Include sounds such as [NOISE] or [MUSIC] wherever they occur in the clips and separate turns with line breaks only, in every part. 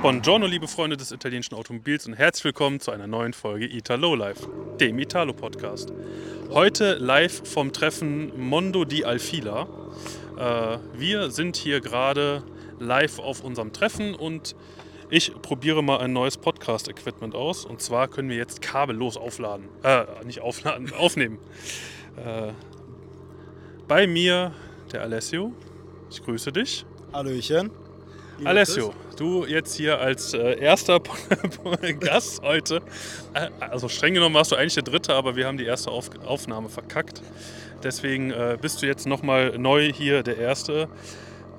Buongiorno, liebe Freunde des italienischen Automobils und herzlich willkommen zu einer neuen Folge Italo Live, dem Italo Podcast. Heute live vom Treffen Mondo di Alfila. Äh, wir sind hier gerade live auf unserem Treffen und ich probiere mal ein neues Podcast-Equipment aus. Und zwar können wir jetzt kabellos aufladen. Äh, nicht aufladen, [LAUGHS] aufnehmen. Äh, bei mir der Alessio. Ich grüße dich.
Hallöchen. Lieber
Alessio, du jetzt hier als äh, erster [LAUGHS] Gast heute. Äh, Also streng genommen warst du eigentlich der Dritte, aber wir haben die erste Auf Aufnahme verkackt. Deswegen äh, bist du jetzt nochmal neu hier der Erste.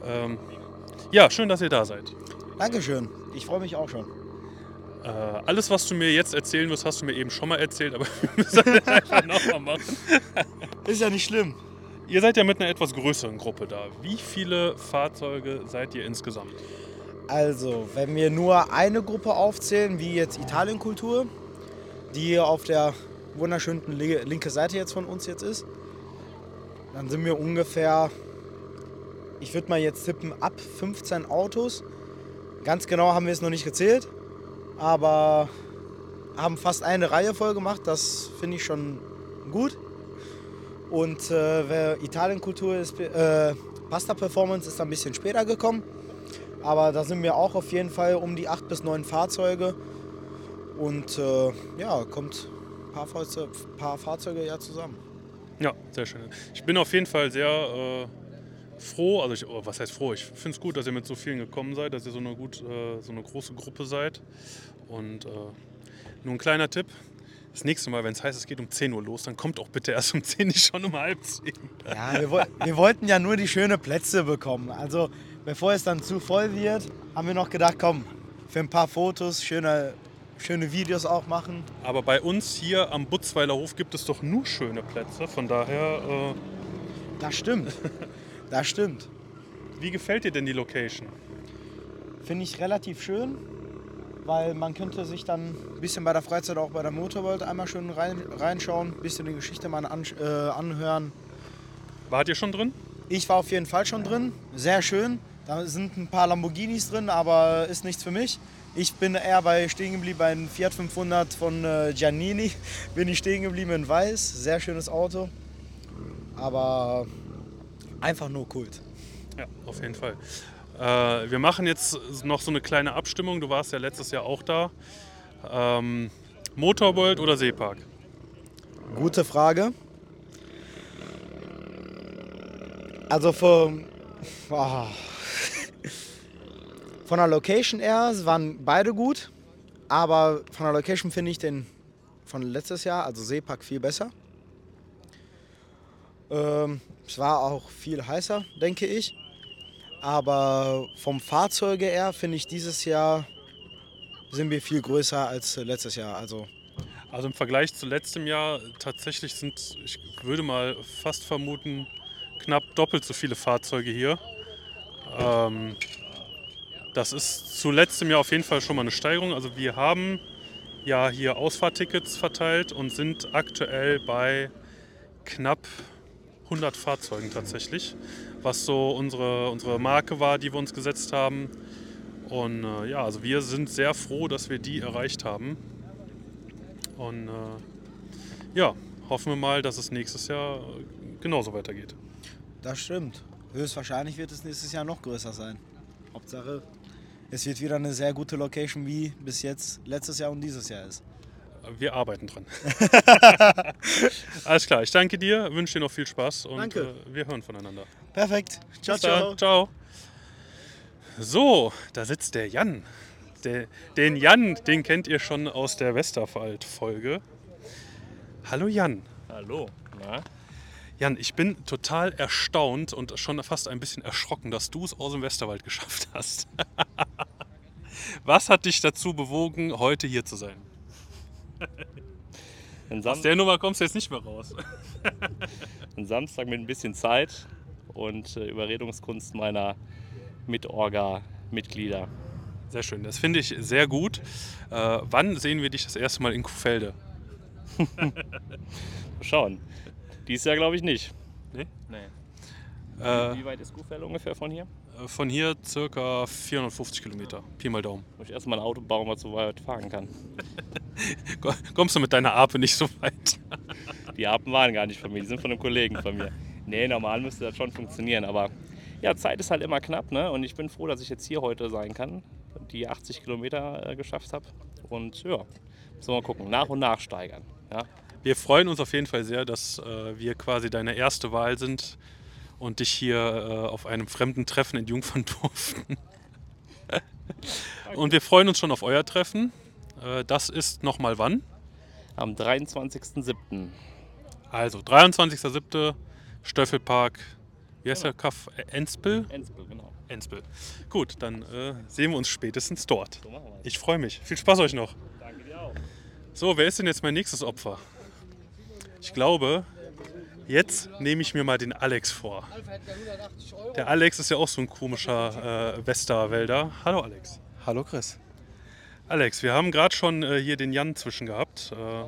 Ähm, ja, schön, dass ihr da seid.
Chris. Dankeschön. Ich freue mich auch schon.
Äh, alles, was du mir jetzt erzählen wirst, hast du mir eben schon mal erzählt, aber [LAUGHS] wir müssen das einfach nochmal machen.
Ist ja nicht schlimm.
Ihr seid ja mit einer etwas größeren Gruppe da. Wie viele Fahrzeuge seid ihr insgesamt?
Also, wenn wir nur eine Gruppe aufzählen, wie jetzt Italienkultur, die hier auf der wunderschönen li- linke Seite jetzt von uns jetzt ist, dann sind wir ungefähr, ich würde mal jetzt tippen, ab 15 Autos. Ganz genau haben wir es noch nicht gezählt, aber haben fast eine Reihe voll gemacht. Das finde ich schon gut. Und äh, wer Italienkultur ist, äh, Pasta Performance ist ein bisschen später gekommen. Aber da sind wir auch auf jeden Fall um die acht bis neun Fahrzeuge. Und äh, ja, kommt ein paar Fahrzeuge, paar Fahrzeuge ja zusammen.
Ja, sehr schön. Ich bin auf jeden Fall sehr äh, froh, also ich, oh, was heißt froh? Ich finde es gut, dass ihr mit so vielen gekommen seid, dass ihr so eine, gut, äh, so eine große Gruppe seid. Und äh, nur ein kleiner Tipp. Das nächste Mal, wenn es heißt, es geht um 10 Uhr los, dann kommt auch bitte erst um 10, nicht schon um halb 10.
Ja, Ah, wir, woll- wir wollten ja nur die schönen Plätze bekommen. Also bevor es dann zu voll wird, haben wir noch gedacht, komm, für ein paar Fotos, schöne, schöne Videos auch machen.
Aber bei uns hier am Butzweiler Hof gibt es doch nur schöne Plätze. Von daher,
Das stimmt. Das stimmt.
äh, wie gefällt dir denn die Location?
Finde ich relativ schön, weil man könnte sich dann ein bisschen bei der Freizeit auch bei der Motorworld einmal schön rein, reinschauen, ein bisschen die Geschichte mal ansch- äh, anhören.
Wart ihr schon drin?
Ich war auf jeden Fall schon drin, sehr schön. Da sind ein paar Lamborghinis drin, aber ist nichts für mich. Ich bin eher bei stehen geblieben bei einem Fiat 500 von äh, Giannini. [LAUGHS] Bin ich stehen geblieben in weiß, sehr schönes Auto, aber einfach nur Kult.
Ja, auf jeden Fall. Äh, wir machen jetzt noch so eine kleine Abstimmung. Du warst ja letztes Jahr auch da. Ähm, Motorworld oder Seepark?
Gute Frage. Also von, Ah. von der Location her waren beide gut, aber von der Location finde ich den von letztes Jahr, also Seepark, viel besser. Ähm, es war auch viel heißer, denke ich. Aber vom Fahrzeuge her finde ich dieses Jahr sind wir viel größer als letztes Jahr. Also
Also im Vergleich zu letztem Jahr tatsächlich sind, ich würde mal fast vermuten, knapp doppelt so viele Fahrzeuge hier. Ähm, das ist zu letztem Jahr auf jeden Fall schon mal eine Steigerung. Also wir haben ja hier Ausfahrtickets verteilt und sind aktuell bei knapp 100 Fahrzeugen tatsächlich, was so unsere, unsere Marke war, die wir uns gesetzt haben. Und äh, ja, also wir sind sehr froh, dass wir die erreicht haben. Und äh, ja, hoffen wir mal, dass es nächstes Jahr äh, genauso weitergeht.
Das stimmt. Höchstwahrscheinlich wird es nächstes Jahr noch größer sein. Hauptsache, es wird wieder eine sehr gute Location, wie bis jetzt letztes Jahr und dieses Jahr ist. [LAUGHS]
Wir arbeiten dran. Alles klar, ich danke dir, wünsche dir noch viel Spaß und
Danke.
Äh, wir hören voneinander.
Perfekt. Ciao,
Bis dann.
ciao.
ciao. So, da sitzt der Jan. Der, den Jan, den kennt ihr schon aus der Westerwald-Folge. Hallo Jan.
Hallo. Na?
Jan, ich bin total erstaunt und schon fast ein bisschen erschrocken, dass du es aus dem Westerwald geschafft hast. [LAUGHS] Was hat dich dazu bewogen, heute hier zu sein?
Ein,
Aus
Sam
der Nummer kommst du jetzt nicht mehr raus.
[LAUGHS]
[LAUGHS]
ein Samstag mit ein bisschen Zeit und äh, Überredungskunst meiner Mitorga-Mitglieder.
Sehr schön, das finde ich sehr gut. Äh, wann sehen wir dich das erste Mal in Kuhfelde?
Mal [LAUGHS] schauen. Dies Jahr glaube ich nicht.
Nee?
Nee.
Äh,
Wie weit ist Kuhfeld ungefähr von hier?
äh, äh, von hier circa 450 Kilometer. Pi
[LAUGHS]
mal Daumen.
Muss ich erstmal ein Auto bauen, was so weit fahren kann.
Ko- Kommst du mit deiner Ape nicht so weit?
Die Apen waren gar nicht von mir, die sind von einem Kollegen von mir. Nee, normal müsste das schon funktionieren, aber ja, Zeit ist halt immer knapp, ne? Und ich bin froh, dass ich jetzt hier heute sein kann, die 80 Kilometer äh, geschafft habe. Und ja, müssen wir mal gucken, nach und nach steigern. Ja?
Wir freuen uns auf jeden Fall sehr, dass äh, wir quasi deine erste Wahl sind und dich hier äh, auf einem fremden Treffen in Jungfern [LAUGHS] durften. und wir freuen uns schon auf euer Treffen. Äh, das ist nochmal wann?
Am 23.07.
Also 23.07. Stöffelpark. Wie heißt der Kaff? Äh, Enspel?
Enspel, genau.
Enspel. Gut, dann äh, sehen wir uns spätestens dort.
So machen wir
Ich freue mich. Viel Spaß euch noch.
Danke dir auch.
So, wer ist denn jetzt mein nächstes Opfer? Ich glaube, jetzt nehme ich mir mal den Alex vor. Der Alex ist ja auch so ein komischer äh, Westerwälder. Hallo Alex.
Hallo Chris.
Alex, wir haben gerade schon äh, hier den Jan zwischen gehabt. Äh,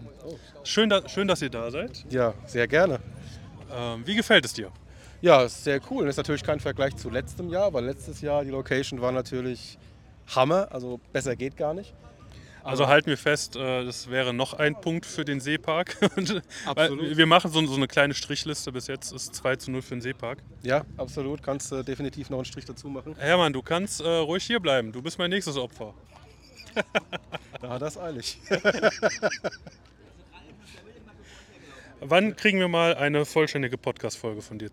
schön, da, schön, dass ihr da seid.
Ja, sehr gerne.
Ähm, wie gefällt es dir?
Ja, ist sehr cool. Ist natürlich kein Vergleich zu letztem Jahr, weil letztes Jahr die Location war natürlich Hammer, also besser geht gar nicht.
Also halten wir fest, äh, das wäre noch ein Punkt für den Seepark. [LAUGHS] Und, äh, weil
Absolut.
wir machen so, so eine kleine Strichliste. Bis jetzt ist 2 zu 0 für den Seepark.
Ja, absolut. Kannst du definitiv noch einen Strich dazu machen.
Hermann, du kannst äh, ruhig hier bleiben. Du bist mein nächstes Opfer.
[LAUGHS] Da hat das eilig.
[LAUGHS] Wann kriegen wir mal eine vollständige Podcast-Folge von dir?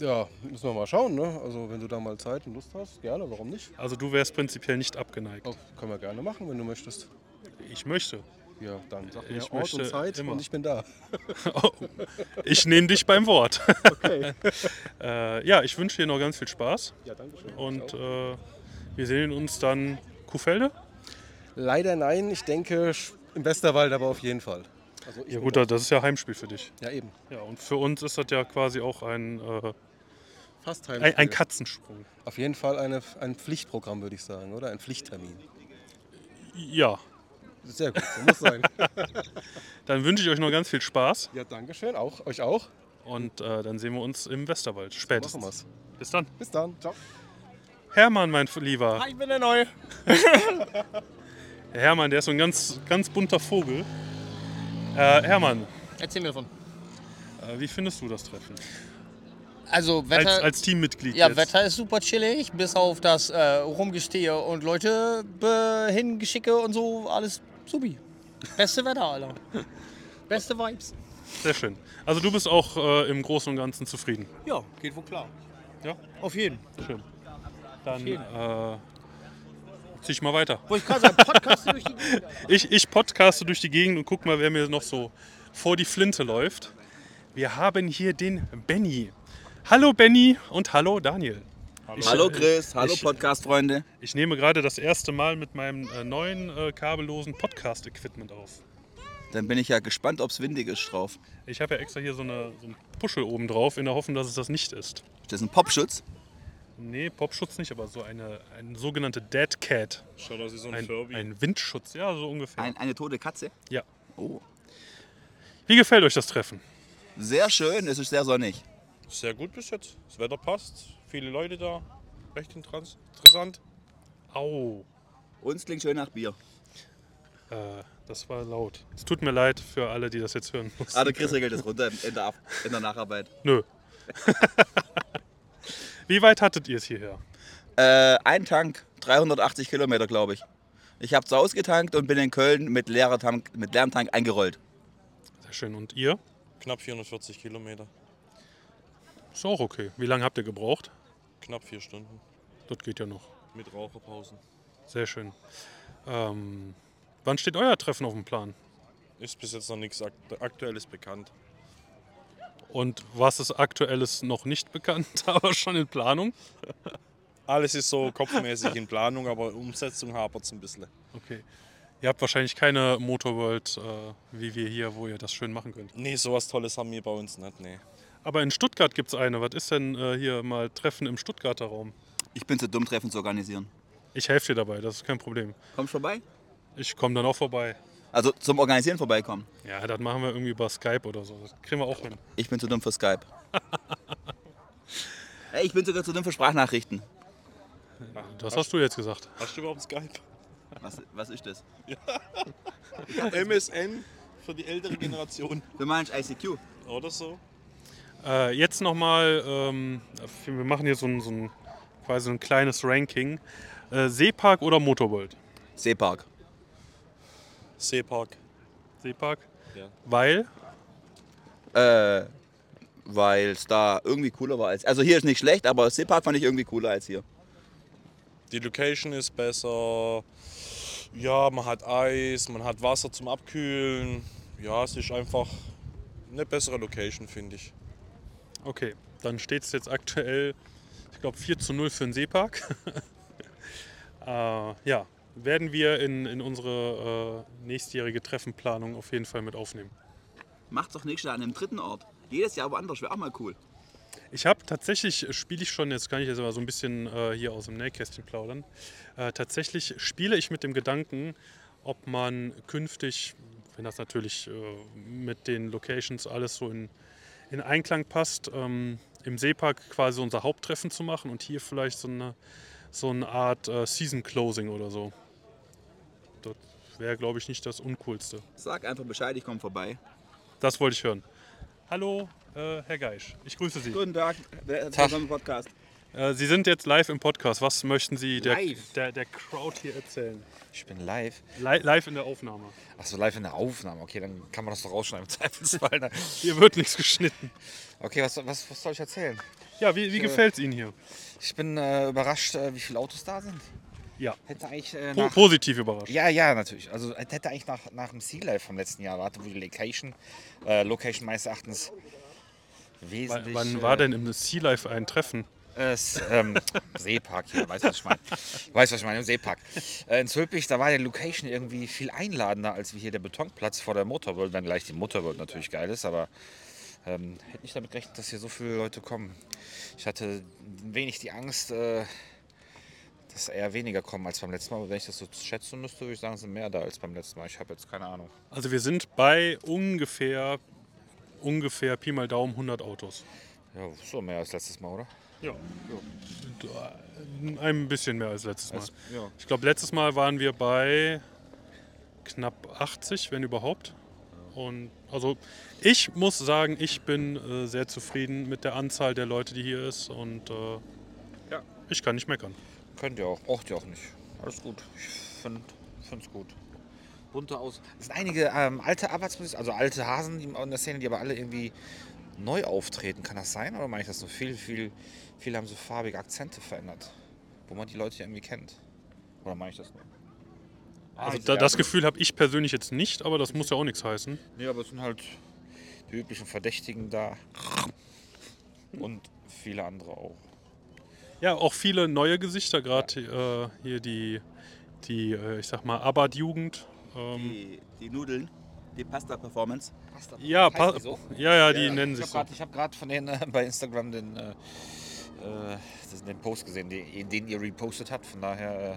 Ja, müssen wir mal schauen, ne? Also wenn du da mal Zeit und Lust hast, gerne, warum nicht?
Also du wärst prinzipiell nicht abgeneigt.
Oh, können wir gerne machen, wenn du möchtest.
Ich möchte.
Ja, dann sag mir
Ich
Ort und
möchte
Zeit
immer. Oh.
und ich bin
[LAUGHS]
da.
Ich nehme dich beim Wort.
Okay.
[LAUGHS] Äh, ja, ich wünsche dir noch ganz viel Spaß
Ja, danke schön.
und äh, wir sehen uns dann Kuhfelde.
Leider nein, ich denke im Westerwald aber auf jeden Fall. Also ich
Ja
bin
gut,
da.
das ist ja Heimspiel für dich.
Ja, eben.
Ja, und für uns ist das ja quasi auch ein, äh,
Fast
ein, ein
Heimspiel.
Katzensprung.
Auf jeden Fall eine, ein Pflichtprogramm, würde ich sagen, oder? Ein Pflichttermin.
Ja,
Sehr gut, so muss sein.
[LAUGHS] dann wünsche ich euch noch ganz viel Spaß
ja, danke schön. Auch, euch auch.
und äh, dann sehen wir uns im Westerwald
Machen
spätestens.
wir's.
Bis dann.
Bis dann. Ciao.
Hermann, mein Lieber.
Ah, Ich bin der Neue.
Der Hermann, der ist so ein ganz, ganz bunter Vogel. Äh, Hermann,
Erzähl mir davon.
äh, wie findest du das Treffen?
Also
Als,
Wetter,
als Teammitglied
ja,
jetzt.
Wetter ist super chillig, bis auf das äh, Rumgestehe und Leute be- hingeschicke und so, alles subi. Beste Wetter, Alter. Beste Vibes.
Sehr schön. Also du bist auch äh, im Großen und Ganzen zufrieden.
Ja, geht wohl klar.
Ja,
Auf jeden.
schön. Dann äh, zieh ich mal weiter.
Wollte ich gerade sagen, Podcast durch die Gegend.
Ich, ich podcaste durch die Gegend und guck mal, wer mir noch so vor die Flinte läuft. Wir haben hier den Benny. Hallo Benny und hallo Daniel. Ich- äh,
Hallo Chris, hallo
ich-
Podcast-Freunde.
Ich nehme gerade das erste Mal mit meinem äh, neuen äh, kabellosen Podcast-Equipment auf.
Dann bin ich ja gespannt, ob es windig ist drauf.
Ich habe ja extra hier so, eine, so einen Puschel oben drauf, in der Hoffnung, dass es das nicht ist.
Ist das ein Popschutz?
Nee, Popschutz nicht, aber so eine, eine sogenannte Dead Cat.
Schaut aus wie so
Ein, ein Windschutz, ja, so ungefähr.
Ein, eine tote Katze?
Ja.
Oh.
Wie gefällt euch das Treffen?
Sehr schön, es ist sehr sonnig.
Sehr gut bis jetzt. Das Wetter passt, viele Leute da, recht intrans- interessant.
Au,
Uns klingt schön nach Bier.
äh, das war laut. Es tut mir leid für alle, die das jetzt hören mussten.
Ah, der Chris regelt das runter in der, Ab- in der Nacharbeit. [LAUGHS]
Nö. Wie weit hattet ihr es hierher?
Äh, ein Tank, 380 Kilometer, glaube ich. Ich habe zu Hause getankt und bin in Köln mit, leerer Tank, mit leerem Tank eingerollt.
Sehr schön. Und ihr?
Knapp 440 Kilometer,
Ist auch okay. Wie lange habt ihr gebraucht?
knapp vier Stunden
Das geht ja noch.
mit Raucherpausen.
Sehr schön. Ähm, wann steht euer Treffen auf dem Plan?
Ist bis jetzt noch nichts Akt Aktuelles bekannt.
Und was ist aktuelles noch nicht bekannt, [LAUGHS] aber schon in Planung?
Alles ist so kopfmäßig in Planung, aber Umsetzung hapert es ein bisschen.
Okay. Ihr habt wahrscheinlich keine Motorworld äh, wie wir hier, wo ihr das schön machen könnt.
Nee, sowas Tolles haben wir bei uns nicht, nee.
Aber in Stuttgart gibt es eine. Was ist denn äh, hier mal Treffen im Stuttgarter Raum?
Ich bin zu dumm, Treffen zu organisieren.
Ich helfe dir dabei, das ist kein Problem.
Kommst vorbei?
Ich komme dann auch vorbei.
Also zum Organisieren vorbeikommen.
Ja, das machen wir irgendwie über Skype oder so. Das kriegen wir auch hin.
Ich
[LAUGHS]
bin zu dumm für Skype. Ey, ich bin sogar zu dumm für Sprachnachrichten.
Das hast du jetzt gesagt.
Hast du überhaupt Skype?
Was, was ist das?
MSN für die ältere Generation.
Du meinst ICQ?
Oder so?
Äh, jetzt nochmal, ähm, wir machen hier so ein, so ein quasi so ein kleines Ranking. Äh, Seepark oder Motorworld?
Seepark.
Seepark.
Seepark.
Ja.
Weil
Äh, weil es da irgendwie cooler war als. Also hier ist nicht schlecht, aber Seepark fand ich irgendwie cooler als hier.
Die Location ist besser. Ja, man hat Eis, man hat Wasser zum Abkühlen. Ja, es ist einfach eine bessere Location, finde ich.
Okay, dann steht es jetzt aktuell, ich glaube, 4 zu 0 für den Seepark. [LAUGHS] äh, ja, werden wir in, in unsere äh, nächstjährige Treffenplanung auf jeden Fall mit aufnehmen.
Macht's doch nächstes Jahr an einem dritten Ort. Jedes Jahr woanders wäre auch mal cool.
Ich habe tatsächlich, äh, spiele ich schon, jetzt kann ich jetzt aber so ein bisschen äh, hier aus dem Nähkästchen plaudern, äh, tatsächlich spiele ich mit dem Gedanken, ob man künftig, wenn das natürlich äh, mit den Locations alles so in, in Einklang passt, ähm, im Seepark quasi unser Haupttreffen zu machen und hier vielleicht so eine, so eine Art äh, Season Closing oder so. Das wäre, glaube ich, nicht das Uncoolste.
Sag einfach Bescheid, ich komme vorbei.
Das wollte ich hören. Hallo, äh, Herr Geisch, ich grüße Sie.
Guten Tag, willkommen im Podcast.
Äh, Sie sind jetzt live im Podcast. Was möchten Sie der,
Live?
der, der Crowd hier erzählen?
Ich bin live.
Li live in der Aufnahme.
Achso, live in der Aufnahme. Okay, dann kann man das doch rausschneiden im [LAUGHS] Zweifelsfall. ne?
Hier wird nichts geschnitten.
Okay, was, was, was soll ich erzählen? äh,
Ja, wie, wie gefällt es Ihnen hier?
Ich bin äh, überrascht, äh, wie viele Autos da sind.
Ja.
Hätte eigentlich äh,
Po
nach,
positiv überrascht.
Ja, ja, natürlich. Also es hätte eigentlich nach, nach dem Sea Life vom letzten Jahr erwartet, wo die Location, äh, Location meines Erachtens
W-
wesentlich.
Wann war
äh,
denn im Sea Life ein Treffen?
Äh, S- ähm, Seepark hier, weißt du, was ich meine? Weißt du, was ich meine? Im Seepark. Äh, in Zülpich, da war die Location irgendwie viel einladender als wie hier der Betonplatz vor der Motorworld. Wenn gleich die Motorworld natürlich geil ist, aber ähm, hätte nicht damit gerechnet, dass hier so viele Leute kommen. Ich hatte ein wenig die Angst, äh, dass eher weniger kommen als beim letzten Mal. Aber wenn ich das so schätzen müsste, würde ich sagen, sind mehr da als beim letzten Mal. Ich habe jetzt keine Ahnung.
Also wir sind bei ungefähr, ungefähr Pi mal Daumen 100 Autos.
Ja, so mehr als letztes Mal, oder?
Äh, Ein bisschen mehr als letztes Mal.
ja.
Ich glaube, letztes Mal waren wir bei knapp 80, wenn überhaupt. Und also ich muss sagen, ich bin äh, sehr zufrieden mit der Anzahl der Leute, die hier ist. Und äh, ich kann nicht meckern.
Könnt ihr auch, braucht ihr auch nicht. Alles gut. Ich find, find's gut. Bunte aus. Es sind einige ähm, alte Arbeitsmusiker, also alte Hasen die in der Szene, die aber alle irgendwie neu auftreten. Kann das sein? Oder meine ich das nur viel, viel, viele haben so farbige Akzente verändert, wo man die Leute ja irgendwie kennt. Oder meine ich das nur? Ah,
Also da, das Gefühl habe ich persönlich jetzt nicht, aber das muss ja auch nichts heißen.
Nee, aber es sind halt die üblichen Verdächtigen da. Und viele andere auch.
Ja, auch viele neue Gesichter, gerade äh, hier die, die äh, ich sag mal, Abad-Jugend. Ähm,
Die, die Nudeln, die Pasta-Performance.
ja,
Heißt
pa-
die so?
ja, ja, die
Ja,
nennen
ich
sich
hab
so.
grad- Ich habe gerade von denen äh, bei Instagram den, äh, äh, das- den Post gesehen, den, den ihr repostet habt. Von daher, äh,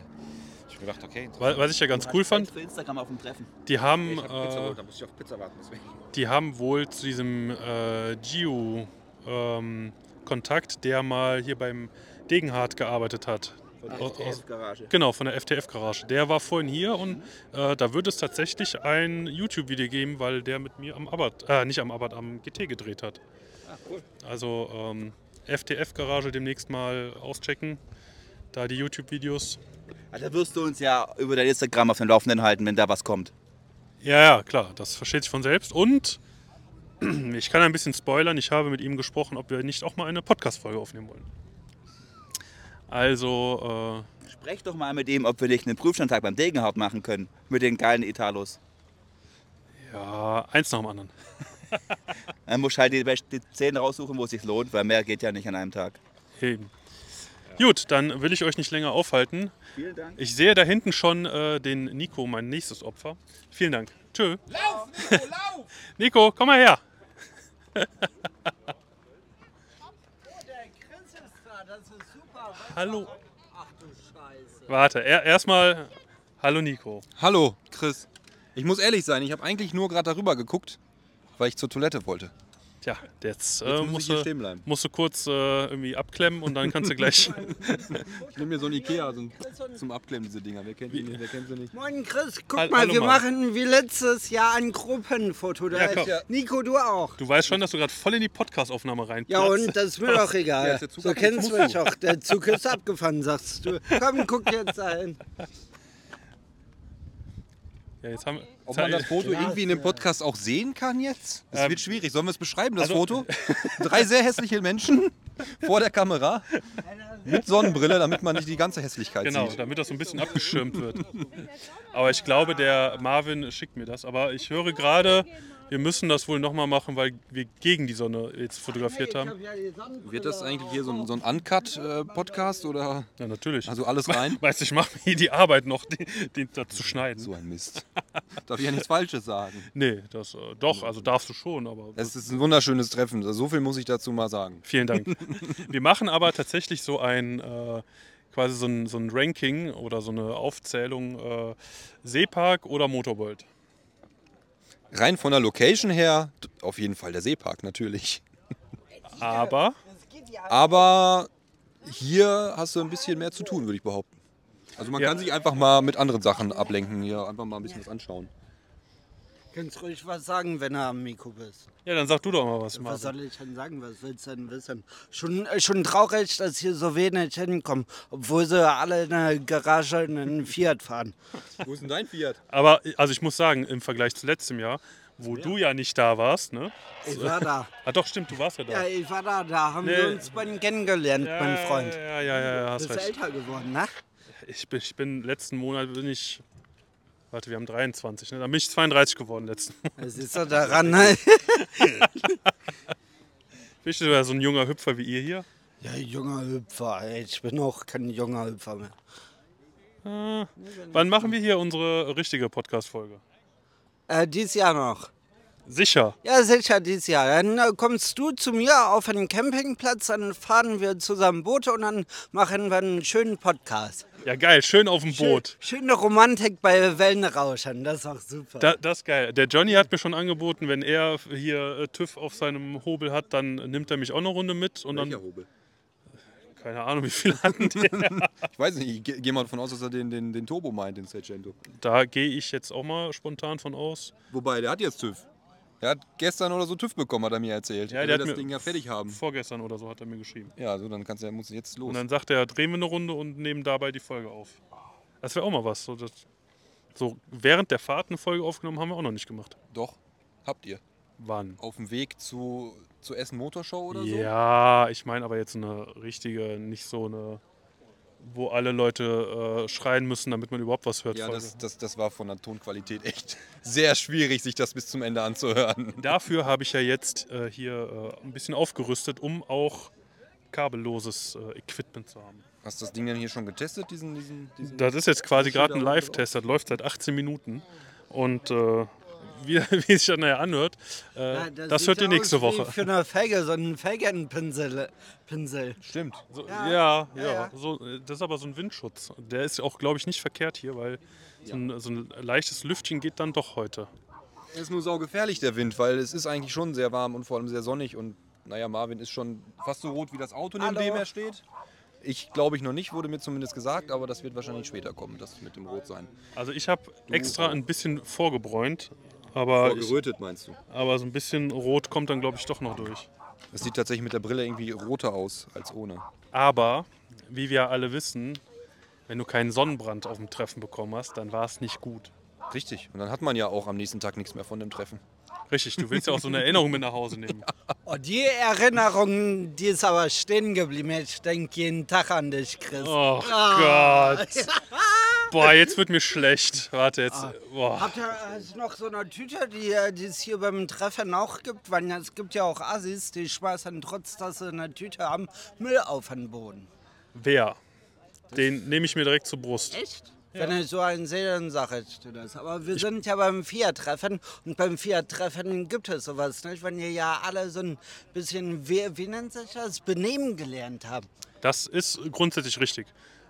ich hab gedacht, okay.
Wa- Was ich ja ganz cool fand,
Für Instagram auf dem Treffen.
die haben,
Ich hab Pizza
äh,
geholt, da muss ich auf Pizza warten. Deswegen.
die haben wohl zu diesem äh, Gio ähm, Kontakt, der mal hier beim Degenhardt gearbeitet hat.
Von
Aus- aus-
FTF-Garage.
Genau, von der FTF-Garage. Der war vorhin hier und äh, da wird es tatsächlich ein YouTube-Video geben, weil der mit mir am Abbott, äh, nicht am Abbott, am GT gedreht hat. Also ähm, FTF-Garage demnächst mal auschecken, da die YouTube-Videos.
Also da wirst du uns ja über dein Instagram auf dem Laufenden halten, wenn da was kommt.
Ja, ja, klar, das versteht sich von selbst. Und [CLEARS THROAT] ich kann ein bisschen spoilern, ich habe mit ihm gesprochen, ob wir nicht auch mal eine Podcast-Folge aufnehmen wollen. Also, äh,
Sprech doch mal mit ihm, ob wir nicht einen Prüfstandtag beim Degenhardt machen können. Mit den geilen Italos.
ja, eins nach
[LAUGHS]
dem anderen.
Man muss halt die, best- die 10 raussuchen, wo es sich lohnt, weil mehr geht ja nicht an einem Tag.
Eben. Gut, dann will ich euch nicht länger aufhalten.
Vielen Dank.
Ich sehe da hinten schon äh, den Nico, mein nächstes Opfer. Vielen Dank. Tschö. Lauf, Nico, lauf! [LAUGHS] Nico, komm mal her. Hallo. Warte, er, erstmal Hallo Nico.
Hallo, Chris. Ich muss ehrlich sein, ich habe eigentlich nur gerade darüber geguckt, weil ich zur Toilette wollte.
Tja, jetzt, äh,
Jetzt muss ich
musst,
hier
du,
stehen bleiben.
musst du kurz äh, irgendwie abklemmen und dann kannst
[LAUGHS]
du gleich. [LAUGHS]
Ich nehme mir so ein Ikea so ein zum Abklemmen, diese Dinger. Wer kennt die nicht? Wer kennt sie nicht?
Moin Chris, guck
Hall-
mal,
hallo
wir
mal.
machen wie letztes Jahr ein Gruppenfoto. Da
Ja, komm.
ist ja. Nico, du auch.
Du weißt schon, dass du gerade voll in die Podcast-Aufnahme rein.
Ja, und das ist
[LAUGHS]
mir doch egal.
der Zug
so
hat-
kennst du mich doch. Der Zug ist abgefahren, sagst du. Komm, guck jetzt dahin.
Ja, jetzt haben,
Ob man das Foto irgendwie in dem Podcast auch sehen kann jetzt?
Ähm,
Es wird schwierig. Sollen wir es beschreiben, das
also-
Foto? Drei sehr hässliche
[LAUGHS]
Menschen vor der Kamera mit Sonnenbrille, damit man nicht die ganze Hässlichkeit
Genau,
sieht.
damit das so ein bisschen abgeschirmt wird. Aber ich glaube, der Marvin schickt mir das. Aber ich höre gerade, wir müssen das wohl nochmal machen, weil wir gegen die Sonne jetzt fotografiert haben.
Wird das eigentlich hier so ein, so ein Uncut-Podcast äh, oder
Ja, natürlich.
also alles
[LAUGHS]
rein?
Weißt du, ich mache mir hier die Arbeit noch, den, den da zu schneiden.
So ein Mist. Darf ich ja nichts Falsches sagen.
Nee, das äh, doch, also darfst du schon, aber
Es ist ein wunderschönes Treffen. So viel muss ich dazu mal sagen.
vielen Dank.
[LAUGHS]
Wir machen aber tatsächlich so ein äh, quasi so ein, so ein Ranking oder so eine Aufzählung äh, Seepark oder Motorworld.
[LAUGHS] Rein von der Location her, auf jeden Fall der Seepark natürlich.
Aber
Aber hier hast du ein bisschen mehr zu tun, würde ich behaupten. Also man
Ja.
kann sich einfach mal mit anderen Sachen ablenken hier, einfach mal ein bisschen was anschauen.
Kannst ruhig was sagen, wenn du am Mikro bist.
ja, dann sag du doch mal was,
Was
Marvin.
soll ich denn sagen? Was willst du denn wissen? Schon, äh, schon traurig, dass hier so wenig hinkommen, obwohl sie alle in der Garage einen Fiat fahren.
Wo ist denn dein Fiat?
Aber also ich muss sagen, im Vergleich zu letztem Jahr, wo du ja nicht da warst, ne?
Ich war da.
Ah doch, stimmt, du warst ja da.
Ja, ich war da. Da haben wir
Nee.
uns beim kennengelernt, mein Freund.
Ja, ja, ja, ja, ja hast
Bist
recht.
älter geworden, ne?
Ich bin, ich bin letzten Monat bin ich. Warte, wir haben 23, ne? Da bin ich 32 geworden letzten Monat.
Das ist doch daran, ne?
[LAUGHS] Bist du ja so ein junger Hüpfer wie ihr hier?
Ja, junger Hüpfer. ey. Ich bin auch kein junger Hüpfer mehr.
Ah, Wann machen wir hier unsere richtige Podcast-Folge?
Äh, dies Jahr noch.
Sicher.
Ja, sicher, dies Jahr. Dann äh, kommst du zu mir auf einen Campingplatz, dann fahren wir zusammen Boote und dann machen wir einen schönen Podcast.
Ja, geil, schön auf dem Boot.
Schöne Romantik bei Wellenrauschern, das ist auch super.
Da, das ist geil. Der Johnny hat mir schon angeboten, wenn er hier äh, TÜV auf seinem Hobel hat, dann nimmt er mich auch eine Runde mit und dann.
Hobel?
Keine Ahnung, wie viel hatten die.
[LAUGHS] Ich weiß nicht, ich ge- gehe mal davon aus, dass er den, den, den Turbo meint, den Sergento.
Da gehe ich jetzt auch mal spontan von aus.
Wobei, der hat jetzt TÜV. Er hat gestern oder so TÜV bekommen, hat er mir erzählt.
Ja,
er
der
will
hat
das
mir-
Ding ja fertig haben.
Vorgestern oder so hat er mir geschrieben.
Ja, so, dann kannst du, muss jetzt los.
Und dann sagt er, drehen wir eine Runde und nehmen dabei die Folge auf. Das wäre auch mal was. So, das, so während der Fahrt eine Folge aufgenommen haben wir auch noch nicht gemacht.
Doch, habt ihr.
Wann?
Auf dem Weg zu, zu Essen Motorshow oder so?
Ja, ich meine aber jetzt eine richtige, nicht so eine, wo alle Leute äh, schreien müssen, damit man überhaupt was hört.
Ja,
Folge.
das, das, das war von der Tonqualität echt [LAUGHS] sehr schwierig, sich das bis zum Ende anzuhören.
[LAUGHS] Dafür habe ich ja jetzt äh, hier äh, ein bisschen aufgerüstet, um auch kabelloses äh, Equipment zu haben.
Hast du das Ding denn hier schon getestet, diesen, diesen, diesen
Das ist jetzt quasi gerade ein
da oben
Live-Test, das läuft seit 18 Minuten. Und äh, wie, [LAUGHS] wie es sich dann nachher anhört, äh,
Ja,
das,
sieht
hört ihr
ja
nächste
aus
Woche.
Wie für eine Felge, so einen Felgenpinsel. Pinsel.
Stimmt.
So, ja, ja.
ja, ja.
So, äh, das ist aber so ein Windschutz. Der ist auch, glaube ich, nicht verkehrt hier, weil so, ein, so ein leichtes Lüftchen geht dann doch heute.
Es ist nur saugefährlich, der Wind, weil es ist eigentlich schon sehr warm und vor allem sehr sonnig. Und naja, Marvin ist schon fast so rot wie das Auto, neben dem er steht. Ich glaube ich noch nicht, wurde mir zumindest gesagt, aber das wird wahrscheinlich später kommen, das mit dem Rot sein.
Also ich habe extra ein bisschen vorgebräunt, aber, ich,
meinst du?
aber so ein bisschen rot kommt dann, glaube ich, doch noch durch.
Es sieht tatsächlich mit der Brille irgendwie roter aus als ohne.
Aber, wie wir alle wissen, wenn du keinen Sonnenbrand auf dem Treffen bekommen hast, dann war es nicht gut.
Richtig. Und dann hat man ja auch am nächsten Tag nichts mehr von dem Treffen.
Richtig, du willst ja
[LAUGHS]
auch so eine Erinnerung mit nach Hause nehmen.
Oh, die Erinnerung, die ist aber stehen geblieben. Ich denke jeden Tag an dich, Chris. Ah.
Oh Gott. Boah, jetzt wird mir schlecht. Warte jetzt. Boah.
Habt ihr hast du noch so eine Tüte, die äh, die es hier beim Treffen auch gibt? Weil es gibt ja auch Assis, die schmeißen trotz, dass sie eine Tüte haben, Müll auf den Boden.
Wer? Den nehme ich mir direkt zur Brust.
Echt? Wenn ich so einen sehe, dann sage ich dir das. Aber wir sind ja beim Fiat-Treffen und beim Fiat-Treffen gibt es sowas nicht, wenn ihr ja alle so ein bisschen, wie, wie nennt sich das, Benehmen gelernt habt.
Das ist grundsätzlich richtig.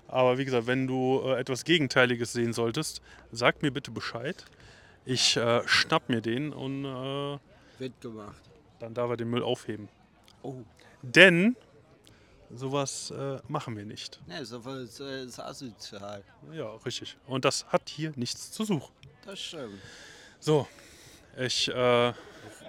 Aber wie gesagt, wenn du äh, etwas Gegenteiliges sehen solltest, sag mir bitte Bescheid. Ich äh, schnapp mir den und äh,
Wird gemacht.
dann Dann darf er den Müll aufheben.
Oh.
Denn sowas äh, machen wir nicht.
Ne, so was äh, ist asozial.
Ja, richtig. Und das hat hier nichts zu suchen.
Das stimmt.
So, ich, äh,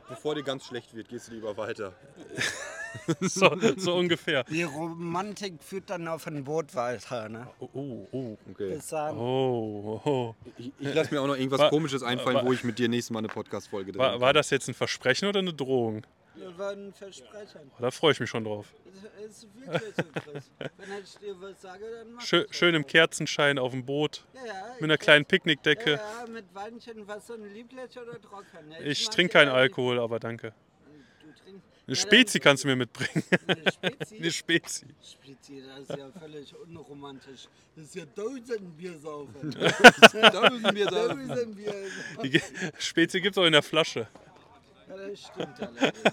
Bevor dir ganz schlecht wird, gehst du lieber weiter.
[LAUGHS] [LAUGHS] so, so ungefähr.
Die Romantik führt dann auf ein Boot weiter, ne?
Oh, oh, oh.
Okay.
Bis dann.
oh, oh.
Ich, ich lasse mir auch noch irgendwas
War-
Komisches einfallen,
war-
wo ich mit dir nächstes Mal eine Podcast-Folge drehen
War, war das jetzt ein Versprechen oder eine Drohung?
Wir waren Versprechern.
Oh, Da freue ich mich schon drauf.
Es ist wirklich so,
[LAUGHS]
Chris. Wenn ich dir was sage, dann mach
Schö
ich das
schön im
auch.
Kerzenschein auf dem Boot
Ja, ja,
mit einer
ich-
kleinen Picknickdecke.
Ja, ja, mit Weinchen, was so ein Lieblich oder Trocken. ne?
Ich
mag
trinke
ja
keinen
auch nicht-
Alkohol, aber danke.
Du trinkst- Ja,
Eine
dann-
Spezi kannst du mir mitbringen.
Eine Spezi?
[LAUGHS]
[LAUGHS]
Eine Spezi.
Spezi, das ist ja völlig unromantisch. Das ist ja Dosenbier
[LAUGHS]
saufen.
Dosenbier saufen.
Dosenbier
Die
saufen.
Ge- Spezi gibt es auch in der Flasche.
Ja, das stimmt allerdings.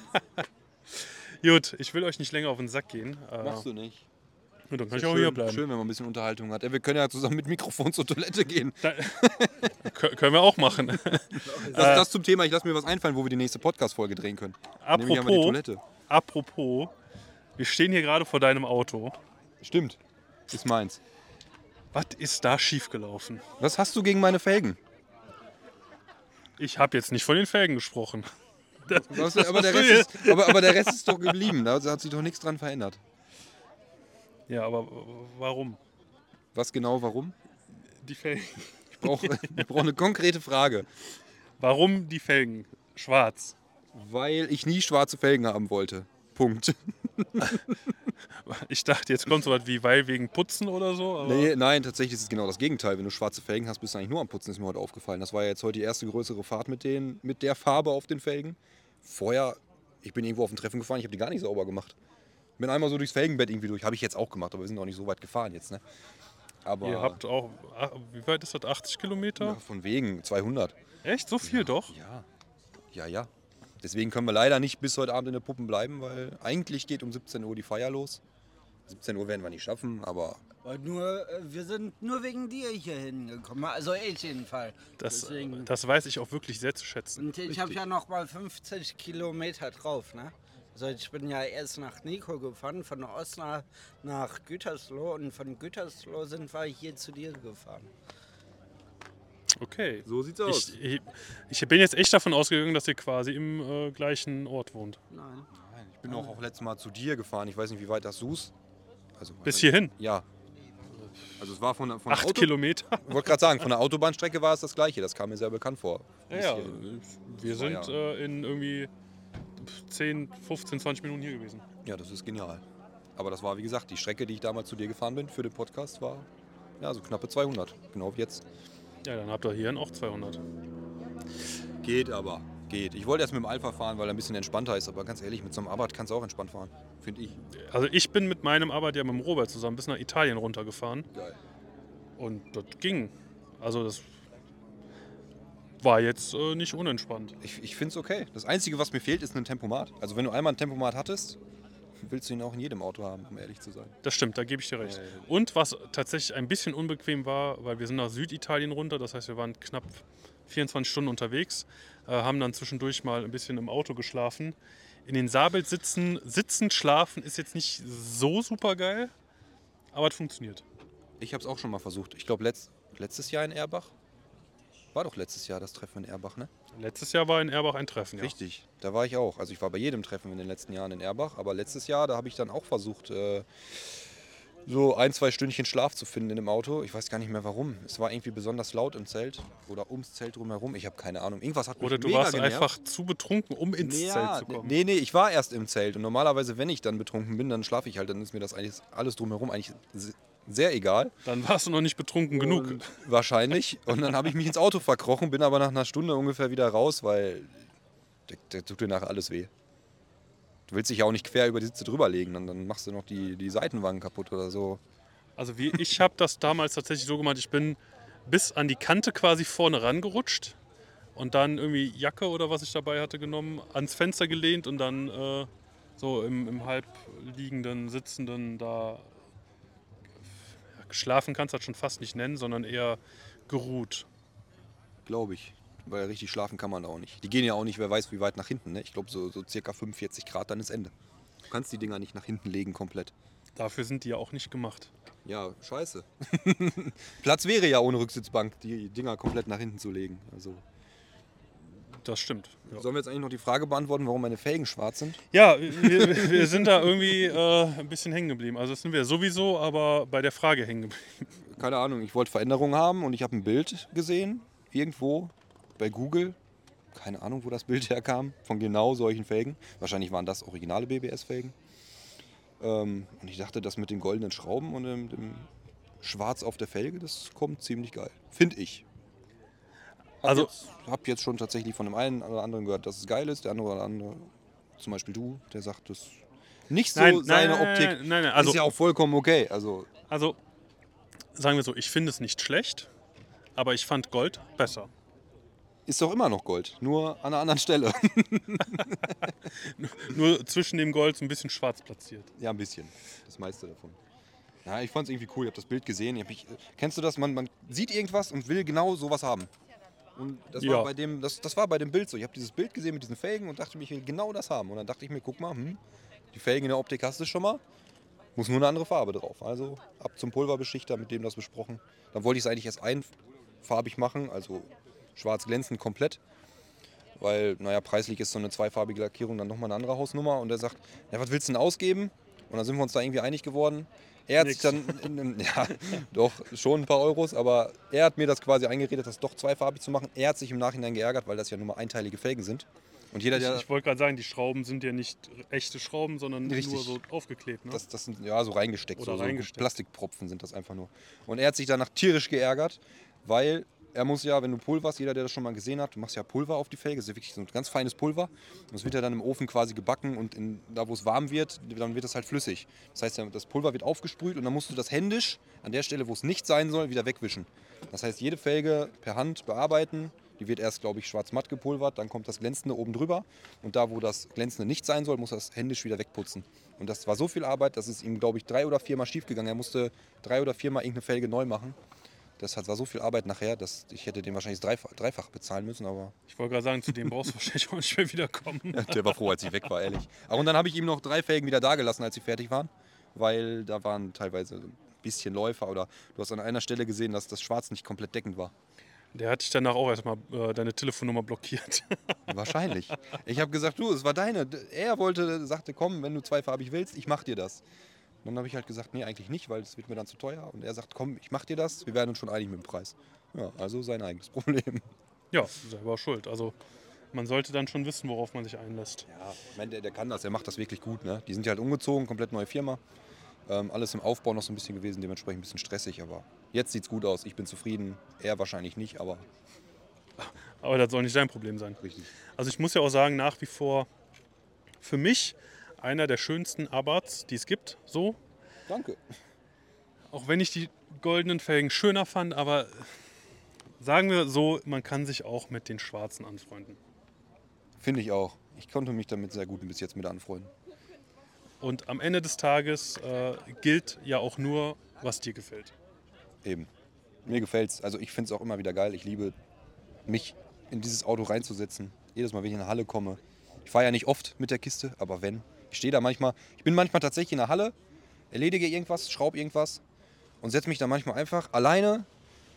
Gut, ich will euch nicht länger auf den Sack gehen. Äh,
Machst du nicht.
Und dann kann ich
Ja,
auch hier
schön,
bleiben.
schön, wenn man ein bisschen Unterhaltung hat. Ey, wir können ja zusammen mit Mikrofon zur Toilette gehen.
[LAUGHS] Kö- können wir auch machen. Äh.
Das, das zum Thema, ich lasse mir was einfallen, wo wir die nächste Podcast-Folge drehen können. Nämlich einmal die
apropos,
Toilette.
apropos, wir stehen hier gerade vor deinem Auto.
Stimmt. Ist meins.
Was ist da schiefgelaufen?
Was hast du gegen meine Felgen?
Ich habe jetzt nicht von den Felgen gesprochen.
[LAUGHS] Das, aber, der
hast du
Rest ist, aber, aber der Rest ist doch geblieben. Da hat sich doch nichts dran verändert.
Ja, aber warum?
Was genau, warum?
Die Felgen.
Ich brauche ich brauch [LAUGHS] eine konkrete Frage.
Warum die Felgen? Schwarz.
Weil ich nie schwarze Felgen haben wollte. Punkt.
Ich dachte, jetzt kommt sowas wie weil wegen Putzen oder so. Aber
Nee, nein, tatsächlich ist es genau das Gegenteil. Wenn du schwarze Felgen hast, bist du eigentlich nur am Putzen, ist mir heute aufgefallen. Das war ja jetzt heute die erste größere Fahrt mit, den, mit der Farbe auf den Felgen. Vorher, ich bin irgendwo auf ein Treffen gefahren, ich habe die gar nicht sauber gemacht. Bin einmal so durchs Felgenbett irgendwie durch. Habe ich jetzt auch gemacht, aber wir sind auch nicht so weit gefahren jetzt. Ne? Aber
Ihr habt auch, ach, wie weit ist das? 80
ja,
Kilometer?
von wegen 200.
Echt? So viel doch?
Ja, ja, ja. Deswegen können wir leider nicht bis heute Abend in der Puppen bleiben, weil eigentlich geht um 17 Uhr die Feier los. 17 Uhr werden wir nicht schaffen, aber
Aber nur, äh, wir sind nur wegen dir hier hingekommen. Also ich jedenfalls.
äh,
Das,
Deswegen.
das weiß ich auch wirklich sehr zu schätzen.
Und ich habe ja noch mal 50 Kilometer drauf, ne? Also ich bin ja erst nach Nico gefahren, von Osnabrück nach Gütersloh und von Gütersloh sind wir hier zu dir gefahren.
Okay.
so sieht's aus.
Ich, ich, ich bin jetzt echt davon ausgegangen, dass ihr quasi im äh, gleichen Ort wohnt.
Nein.
Nein, ich bin auch, auch letztes Mal zu dir gefahren. Ich weiß nicht, wie weit das suchst. Also,
Bis hierhin.
Ja. Also es war von, von der
Acht
Auto-
Kilometer.
Ich wollte gerade sagen, von der Autobahnstrecke war es das gleiche. Das kam mir sehr bekannt vor. Bis
Ja, also
hierhin.
wir
war
sind äh, in irgendwie 10, 15, 20 Minuten hier gewesen.
ja, das ist genial. Aber das war, wie gesagt, die Strecke, die ich damals zu dir gefahren bin für den Podcast, war ja so knappe 200. Genau wie jetzt.
Ja, dann habt ihr hierhin auch 200.
Geht aber. Geht. Ich wollte erst mit dem Alpha fahren, weil er ein bisschen entspannter ist. Aber ganz ehrlich, mit so einem Arbeit kannst du auch entspannt fahren. Finde ich.
Also ich bin mit meinem Arbeiter, ja mit dem Robert zusammen, bis nach Italien runtergefahren.
Geil.
Und das ging. Also das war jetzt äh, nicht unentspannt.
Ich, ich finde es okay. Das Einzige, was mir fehlt, ist ein Tempomat. Also wenn du einmal ein Tempomat hattest, willst du ihn auch in jedem Auto haben, um ehrlich zu sein.
Das stimmt, da gebe ich dir recht. Und was tatsächlich ein bisschen unbequem war, weil wir sind nach Süditalien runter, das heißt wir waren knapp 24 Stunden unterwegs, äh, haben dann zwischendurch mal ein bisschen im Auto geschlafen. In den Sabel sitzen, sitzend schlafen ist jetzt nicht so super geil, aber es funktioniert.
Ich habe es auch schon mal versucht. Ich glaube, letzt, letztes Jahr in Erbach. War doch letztes Jahr das Treffen in Erbach, ne?
Letztes Jahr war in Erbach ein Treffen. Ja.
Richtig. Da war ich auch. Also ich war bei jedem Treffen in den letzten Jahren in Erbach. Aber letztes Jahr, da habe ich dann auch versucht, äh, so ein, zwei Stündchen Schlaf zu finden in dem Auto. Ich weiß gar nicht mehr warum. Es war irgendwie besonders laut im Zelt oder ums Zelt drumherum. Ich habe keine Ahnung. Irgendwas hat mich
Oder du
mega
warst
genervt.
einfach zu betrunken, um ins
Ja, ne,
Zelt zu kommen.
Nee, nee, ich war erst im Zelt. Und normalerweise, wenn ich dann betrunken bin, dann schlafe ich halt. Dann ist mir das eigentlich alles drumherum eigentlich se- sehr egal.
Dann warst du noch nicht betrunken genug.
Und wahrscheinlich. Und dann habe ich mich ins Auto verkrochen, bin aber nach einer Stunde ungefähr wieder raus, weil der, der tut dir nachher alles weh. Du willst dich ja auch nicht quer über die Sitze drüberlegen, dann, dann machst du noch die, die Seitenwangen kaputt oder so.
Also wie ich habe das damals tatsächlich so gemacht, ich bin bis an die Kante quasi vorne rangerutscht und dann irgendwie Jacke oder was ich dabei hatte genommen, ans Fenster gelehnt und dann äh, so im, im halb liegenden, sitzenden da ja, geschlafen kannst du das schon fast nicht nennen, sondern eher geruht.
Glaube ich. Weil richtig schlafen kann man da auch nicht. Die gehen ja auch nicht, wer weiß, wie weit nach hinten. Ne? Ich glaube, so, so circa 45 Grad, dann ist Ende. Du kannst die Dinger nicht nach hinten legen komplett.
Dafür sind die ja auch nicht gemacht.
Ja, scheiße. [LAUGHS] Platz wäre ja ohne Rücksitzbank, die Dinger komplett nach hinten zu legen. Also,
Das stimmt. Ja,
Sollen wir jetzt eigentlich noch die Frage beantworten, warum meine Felgen schwarz sind?
ja wir, wir sind
[LAUGHS]
da irgendwie äh, ein bisschen hängen geblieben. Also das sind wir sowieso, aber bei der Frage hängen geblieben.
keine Ahnung, ich wollte Veränderungen haben und ich habe ein Bild gesehen, irgendwo bei Google. Keine Ahnung, wo das Bild [LAUGHS] herkam, von genau solchen Felgen. Wahrscheinlich waren das originale BBS-Felgen. Ähm, und ich dachte, das mit den goldenen Schrauben und dem, dem Schwarz auf der Felge, das kommt ziemlich geil. Finde ich. Hab
Also-
Jetzt, hab jetzt schon tatsächlich von dem einen oder anderen gehört, dass es geil ist. Der andere oder andere, zum Beispiel du, der sagt, das nicht so
Nein, nein,
seine
nein,
Optik.
nein, nein, nein,
Also,
also-
ist ja auch vollkommen okay. Also,
Also, sagen wir so, ich finde es nicht schlecht, aber ich fand Gold besser.
ist doch immer noch Gold, nur an einer anderen Stelle.
[LAUGHS] Nur zwischen dem Gold so ein bisschen schwarz platziert.
Ja, ein bisschen. Das meiste davon. Ja, ich fand's irgendwie cool. Ich habe das Bild gesehen. Ich hab mich, äh, kennst du das? Man, man sieht irgendwas und will genau sowas haben. Und das war,
Ja.
bei dem, das, das war bei dem Bild so. Ich habe dieses Bild gesehen mit diesen Felgen und dachte mir, ich will genau das haben. Und dann dachte ich mir, guck mal, hm, die Felgen in der Optik hast du schon mal. Muss nur eine andere Farbe drauf. Also ab zum Pulverbeschichter, mit dem das besprochen. Dann wollte ich es eigentlich erst einfarbig machen, also schwarz glänzend komplett. Weil, naja, preislich ist so eine zweifarbige Lackierung dann nochmal eine andere Hausnummer. Und er sagt, ja, was willst du denn ausgeben? Und dann sind wir uns da irgendwie einig geworden. Er hat sich dann, in, einem- ja, [LAUGHS] doch, schon ein paar Euros, aber er hat mir das quasi eingeredet, das doch zweifarbig zu machen. Er hat sich im Nachhinein geärgert, weil das ja nur mal einteilige Felgen sind. Und jeder,
Ich,
der.
ich wollte gerade sagen, die Schrauben sind ja nicht echte Schrauben, sondern
Richtig.
nur so aufgeklebt. Ne?
Das, das sind ja so reingesteckt,
Oder
so,
reingesteckt.
so Plastikpropfen sind das einfach nur. Und er hat sich danach tierisch geärgert, weil er muss ja, wenn du pulverst, jeder, der das schon mal gesehen hat, du machst ja Pulver auf die Felge, das ist ja wirklich so ein ganz feines Pulver. Und das wird ja dann im Ofen quasi gebacken und in, da, wo es warm wird, dann wird das halt flüssig. Das heißt, das Pulver wird aufgesprüht und dann musst du das händisch an der Stelle, wo es nicht sein soll, wieder wegwischen. Das heißt, jede Felge per Hand bearbeiten. Die wird erst, glaube ich, schwarz-matt gepulvert, dann kommt das Glänzende oben drüber. Und da, wo das Glänzende nicht sein soll, muss er das händisch wieder wegputzen. Und das war so viel Arbeit, dass es ihm, glaube ich, drei oder viermal schief gegangen. Er musste drei oder viermal irgendeine Felge neu machen. Das hat- war so viel Arbeit nachher, dass ich hätte den wahrscheinlich dreifach, dreifach bezahlen müssen, aber
Ich wollte gerade sagen, zu dem brauchst du [LAUGHS] wahrscheinlich auch nicht mehr wiederkommen.
[LAUGHS] der war froh, als ich weg war, ehrlich. Aber und dann habe ich ihm noch drei Felgen wieder dagelassen, als sie fertig waren, weil da waren teilweise ein bisschen Läufer oder du hast an einer Stelle gesehen, dass das Schwarz nicht komplett deckend war.
Der hat dich danach auch erstmal äh, deine Telefonnummer blockiert. [LAUGHS]
Wahrscheinlich. Ich habe gesagt, du, es war deine. Er wollte, sagte, komm, wenn du zweifarbig willst, ich mach dir das. Und dann habe ich halt gesagt, nee, eigentlich nicht, weil es wird mir dann zu teuer. Und er sagt, komm, ich mach dir das, wir werden uns schon einig mit dem Preis. Ja, also sein eigenes [LAUGHS] Problem.
ja, selber schuld. Also man sollte dann schon wissen, worauf man sich einlässt.
Ja, ich meine, der, der kann das, er macht das wirklich gut. Ne? Die sind ja halt umgezogen, komplett neue Firma. Ähm, alles im Aufbau noch so ein bisschen gewesen, dementsprechend ein bisschen stressig, aber jetzt sieht's gut aus. Ich bin zufrieden, er wahrscheinlich nicht, aber
Aber das soll nicht dein Problem sein.
richtig.
Also ich muss ja auch sagen, nach wie vor für mich einer der schönsten Abarts, die es gibt. So,
Danke.
auch wenn ich die goldenen Felgen schöner fand, aber sagen wir so, man kann sich auch mit den schwarzen anfreunden.
Finde ich auch. Ich konnte mich damit sehr gut bis jetzt mit anfreunden.
Und am Ende des Tages äh, gilt ja auch nur, was dir gefällt.
Eben. Mir gefällt's. Also ich finde es auch immer wieder geil. Ich liebe mich in dieses Auto reinzusetzen. Jedes Mal, wenn ich in eine Halle komme. Ich fahre ja nicht oft mit der Kiste, aber wenn. Ich stehe da manchmal. Ich bin manchmal tatsächlich in der Halle, erledige irgendwas, schraube irgendwas und setze mich da manchmal einfach alleine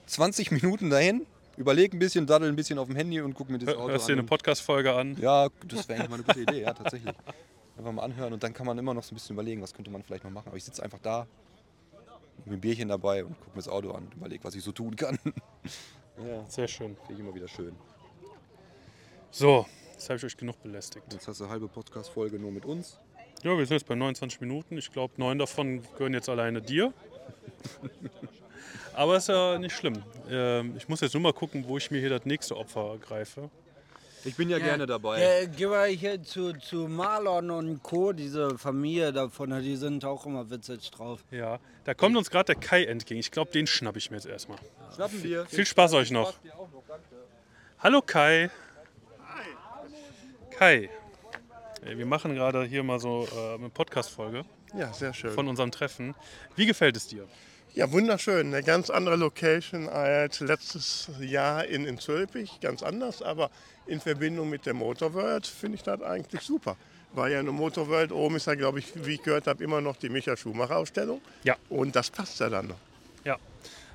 20 Minuten dahin, überlege ein bisschen, daddel ein bisschen auf dem Handy und gucke mir das
Hör,
Auto
hörst
an.
dir eine
und-
Podcast-Folge an.
ja, das wäre eigentlich mal eine
[LAUGHS]
gute Idee, ja, tatsächlich. Einfach mal anhören und dann kann man immer noch so ein bisschen überlegen, was könnte man vielleicht noch machen. Aber ich sitze einfach da, mit einem Bierchen dabei und gucke mir das Auto an und überlege, was ich so tun kann. Finde
Sehr schön.
ich immer wieder schön.
So, jetzt habe ich euch genug belästigt.
Jetzt hast du eine halbe Podcast-Folge nur mit uns.
Ja, wir sind jetzt bei 29 Minuten. Ich glaube, neun davon gehören jetzt
[LAUGHS]
alleine dir. Aber ist ja nicht schlimm. Ähm, ich muss jetzt nur mal gucken, wo ich mir hier das nächste Opfer greife.
Ich bin ja, gerne dabei.
Ja, geh mal hier zu, zu Marlon und Co., diese Familie davon, die sind auch immer witzig drauf.
Ja, da kommt uns gerade der Kai entgegen. Ich glaube, den schnapp ich mir jetzt erstmal.
Schnappen wir.
Viel Spaß euch noch. Hallo Kai. Kai. Äh, Wir machen gerade hier mal so äh, eine Podcast-Folge
Ja, sehr schön.
von unserem Treffen. Wie gefällt es dir?
Ja, wunderschön. Eine ganz andere Location als letztes Jahr in, in Zülpich. Ganz anders, aber in Verbindung mit der Motorworld finde ich das eigentlich super. Weil ja in der Motorworld oben ist ja, glaube ich, wie ich gehört habe, immer noch die Micha Schumacher-Ausstellung.
Ja.
Und das passt ja dann noch.
Ja.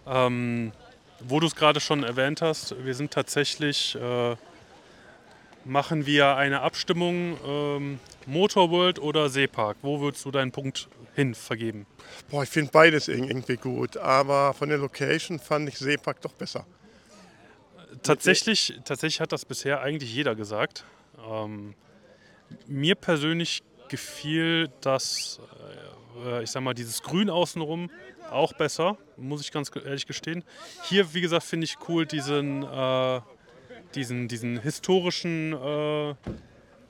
Ähm, wo du es gerade schon erwähnt hast, wir sind tatsächlich, äh, machen wir eine Abstimmung ähm, Motorworld oder Seepark. Wo würdest du deinen Punkt hin vergeben?
Boah, ich finde beides irg- irgendwie gut, aber von der Location fand ich Seepark doch besser.
Tatsächlich, tatsächlich hat das bisher eigentlich jeder gesagt. Ähm, mir persönlich gefiel das, äh, ich sag mal, dieses Grün außenrum auch besser, muss ich ganz ge- ehrlich gestehen. Hier, wie gesagt, finde ich cool diesen, äh, diesen, diesen historischen äh,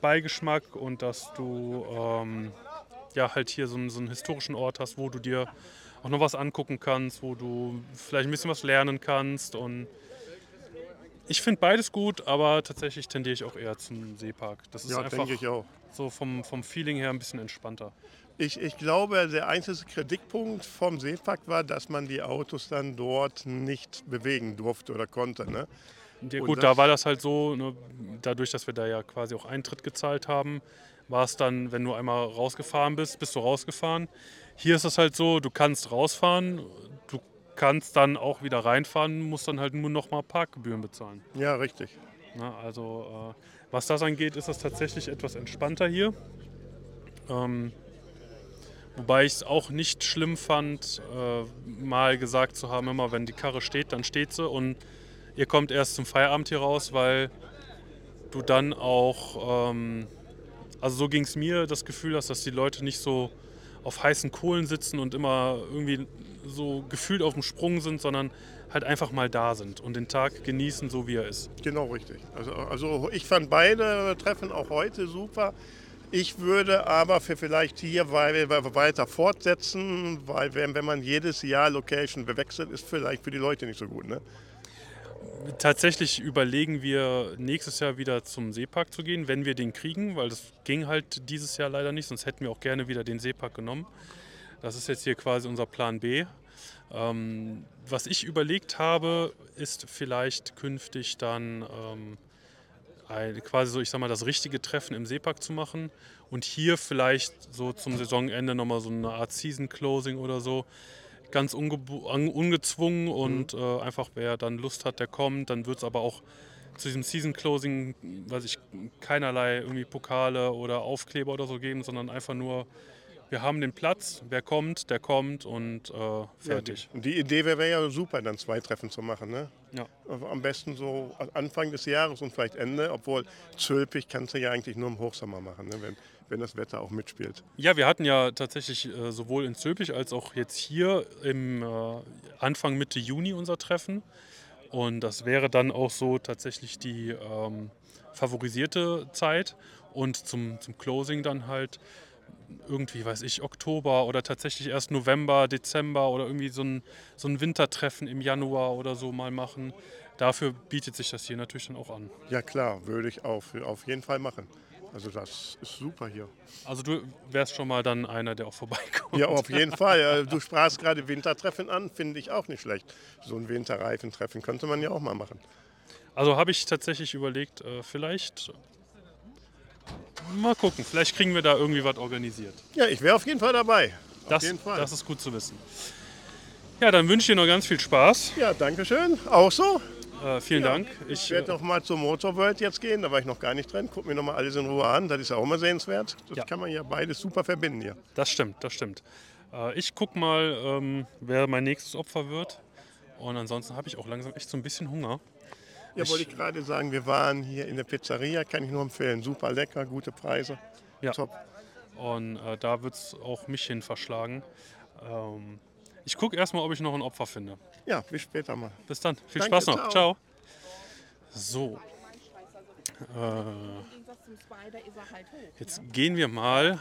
Beigeschmack und dass du ähm, ja halt hier so, einen- so einen historischen Ort hast, wo du dir auch noch was angucken kannst, wo du vielleicht ein bisschen was lernen kannst und ich finde beides gut, aber tatsächlich tendiere ich auch eher zum Seepark. Das ist
Ja,
einfach
denke ich auch.
so vom, vom Feeling her ein bisschen entspannter.
Ich, ich glaube, der einzige Kritikpunkt vom Seepark war, dass man die Autos dann dort nicht bewegen durfte oder konnte. Ne?
Ja,
Und
gut, da war das halt so, ne, dadurch, dass wir da ja quasi auch Eintritt gezahlt haben, war es dann, wenn du einmal rausgefahren bist, bist du rausgefahren. Hier ist es halt so, du kannst rausfahren, du kannst dann auch wieder reinfahren, musst dann halt nur nochmal Parkgebühren bezahlen.
Ja, richtig.
Na, also äh, was das angeht, ist das tatsächlich etwas entspannter hier. Ähm, wobei ich es auch nicht schlimm fand, äh, mal gesagt zu haben, immer wenn die Karre steht, dann steht sie und ihr kommt erst zum Feierabend hier raus, weil du dann auch, ähm, also so ging es mir, das Gefühl hast, dass die Leute nicht so auf heißen Kohlen sitzen und immer irgendwie so gefühlt auf dem Sprung sind, sondern halt einfach mal da sind und den Tag genießen, so wie er ist.
Genau richtig. Also, also ich fand beide Treffen auch heute super. Ich würde aber für vielleicht hier wei- wei- weiter fortsetzen, weil wenn, wenn man jedes Jahr Location wechselt, ist vielleicht für die Leute nicht so gut. Ne?
Tatsächlich überlegen wir nächstes Jahr wieder zum Seepark zu gehen, wenn wir den kriegen, weil das ging halt dieses Jahr leider nicht, sonst hätten wir auch gerne wieder den Seepark genommen. Das ist jetzt hier quasi unser Plan B. Ähm, was ich überlegt habe, ist vielleicht künftig dann ähm, ein, quasi so, ich sag mal, das richtige Treffen im Seepark zu machen und hier vielleicht so zum Saisonende nochmal so eine Art Season Closing oder so. Ganz ungebu- an- ungezwungen
Mhm.
und äh, einfach wer dann Lust hat, der kommt. Dann wird es aber auch zu diesem Season Closing, weiß ich, keinerlei irgendwie Pokale oder Aufkleber oder so geben, sondern einfach nur, wir haben den Platz, wer kommt, der kommt und äh, fertig.
Ja, die, die Idee wäre ja super, dann zwei Treffen zu machen. Ne?
Ja.
Am besten so Anfang des Jahres und vielleicht Ende, obwohl Zülpich kannst du ja eigentlich nur im Hochsommer machen, ne? wenn, wenn das Wetter auch mitspielt.
Ja, wir hatten ja tatsächlich äh, sowohl in Zülpich als auch jetzt hier im äh, Anfang Mitte Juni unser Treffen. Und das wäre dann auch so tatsächlich die ähm, favorisierte Zeit. Und zum, zum Closing dann halt irgendwie, weiß ich, Oktober oder tatsächlich erst November, Dezember oder irgendwie so ein, so ein Wintertreffen im Januar oder so mal machen. Dafür bietet sich das hier natürlich dann auch an.
Ja klar, würde ich auf, auf jeden Fall machen. Also das ist super hier.
Also du wärst schon mal dann einer, der auch vorbeikommt.
Ja, auf jeden Fall. Ja, Du sprachst gerade Wintertreffen an, finde ich auch nicht schlecht. So ein Winterreifentreffen könnte man ja auch mal machen.
Also habe ich tatsächlich überlegt, äh, vielleicht. Mal gucken, vielleicht kriegen wir da irgendwie was organisiert.
Ja, ich wäre auf jeden Fall dabei. Auf
Das,
jeden Fall.
das ist gut zu wissen. Ja, dann wünsche ich dir noch ganz viel Spaß.
Ja, danke schön. Auch so.
Äh, vielen
Ja,
Dank.
Ich
Ich,
werde
äh,
noch mal zur Motorworld jetzt gehen, da war ich noch gar nicht drin. Guck mir noch mal alles in Ruhe an, das ist ja auch mal sehenswert. Das
Ja.
kann man ja beides super verbinden hier.
das stimmt, das stimmt. Äh, ich guck mal, ähm, wer mein nächstes Opfer wird. Und ansonsten habe ich auch langsam echt so ein bisschen Hunger.
Ja, wollte ich gerade sagen, wir waren hier in der Pizzeria, kann ich nur empfehlen. Super lecker, gute Preise.
Ja.
Top.
Und äh, da wird es auch mich hin verschlagen. Ähm, ich gucke erstmal, ob ich noch ein Opfer finde.
Ja, bis später mal.
Bis dann. Viel
Danke,
Spaß noch.
ciao.
Ciao. So. Äh, jetzt gehen wir mal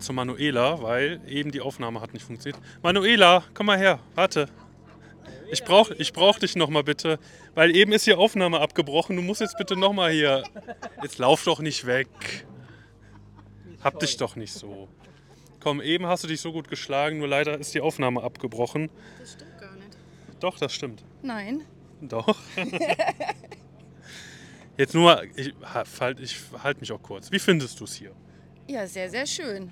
zu Manuela, weil eben die Aufnahme hat nicht funktioniert. Manuela, komm mal her. Warte. Ich brauch, ich brauch dich noch mal bitte, weil eben ist die Aufnahme abgebrochen. Du musst jetzt bitte noch mal hier. Jetzt lauf doch nicht weg. Hab dich doch nicht so. komm, eben hast du dich so gut geschlagen, nur leider ist die Aufnahme abgebrochen.
Das stimmt gar nicht.
Doch, das stimmt.
Nein.
Doch. [LAUGHS] Jetzt nur mal, ich halte ich halt mich auch kurz. Wie findest du es hier?
[LAUGHS] Ja, sehr, sehr schön.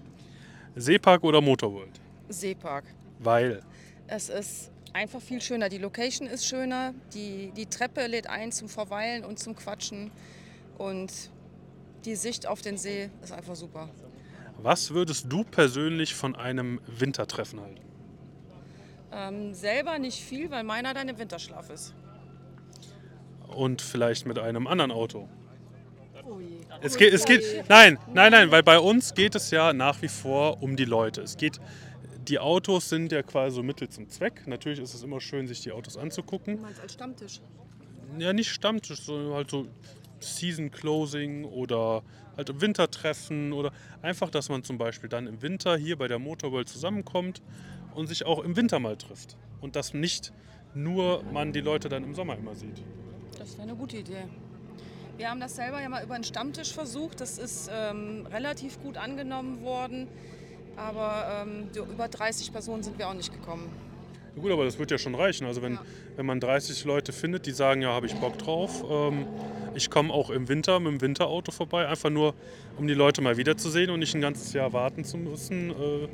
Seepark oder Motorworld?
Seepark.
Weil.
Es ist einfach viel schöner. Die Location ist schöner. Die, die Treppe lädt ein zum Verweilen und zum Quatschen. Und die Sicht auf den See ist einfach super.
Was würdest du persönlich von einem Wintertreffen halten?
Ähm, selber nicht viel, weil meiner dann im Winterschlaf ist.
Und vielleicht mit einem anderen Auto?
Oh je.
Es geht, es geht, nein, nein, nein, weil bei uns geht es ja nach wie vor um die Leute. Es geht, die Autos sind ja quasi so Mittel zum Zweck. Natürlich ist es immer schön, sich die Autos anzugucken.
Du meinst als Stammtisch.
Ja, nicht Stammtisch, sondern halt so Season Closing oder halt Wintertreffen oder einfach, dass man zum Beispiel dann im Winter hier bei der Motorworld zusammenkommt und sich auch im Winter mal trifft. Und dass nicht nur man die Leute dann im Sommer immer sieht.
Das wäre eine gute Idee. Wir haben das selber ja mal über einen Stammtisch versucht. Das ist ähm, relativ gut angenommen worden. Aber ähm, so über 30 Personen sind wir auch nicht gekommen.
Ja gut, aber das wird ja schon reichen. Also wenn, wenn man 30 Leute findet, die sagen, ja, habe ich Bock drauf. Ähm, ich komme auch im Winter mit dem Winterauto vorbei, einfach nur, um die Leute mal wiederzusehen und nicht ein ganzes Jahr warten zu müssen, äh,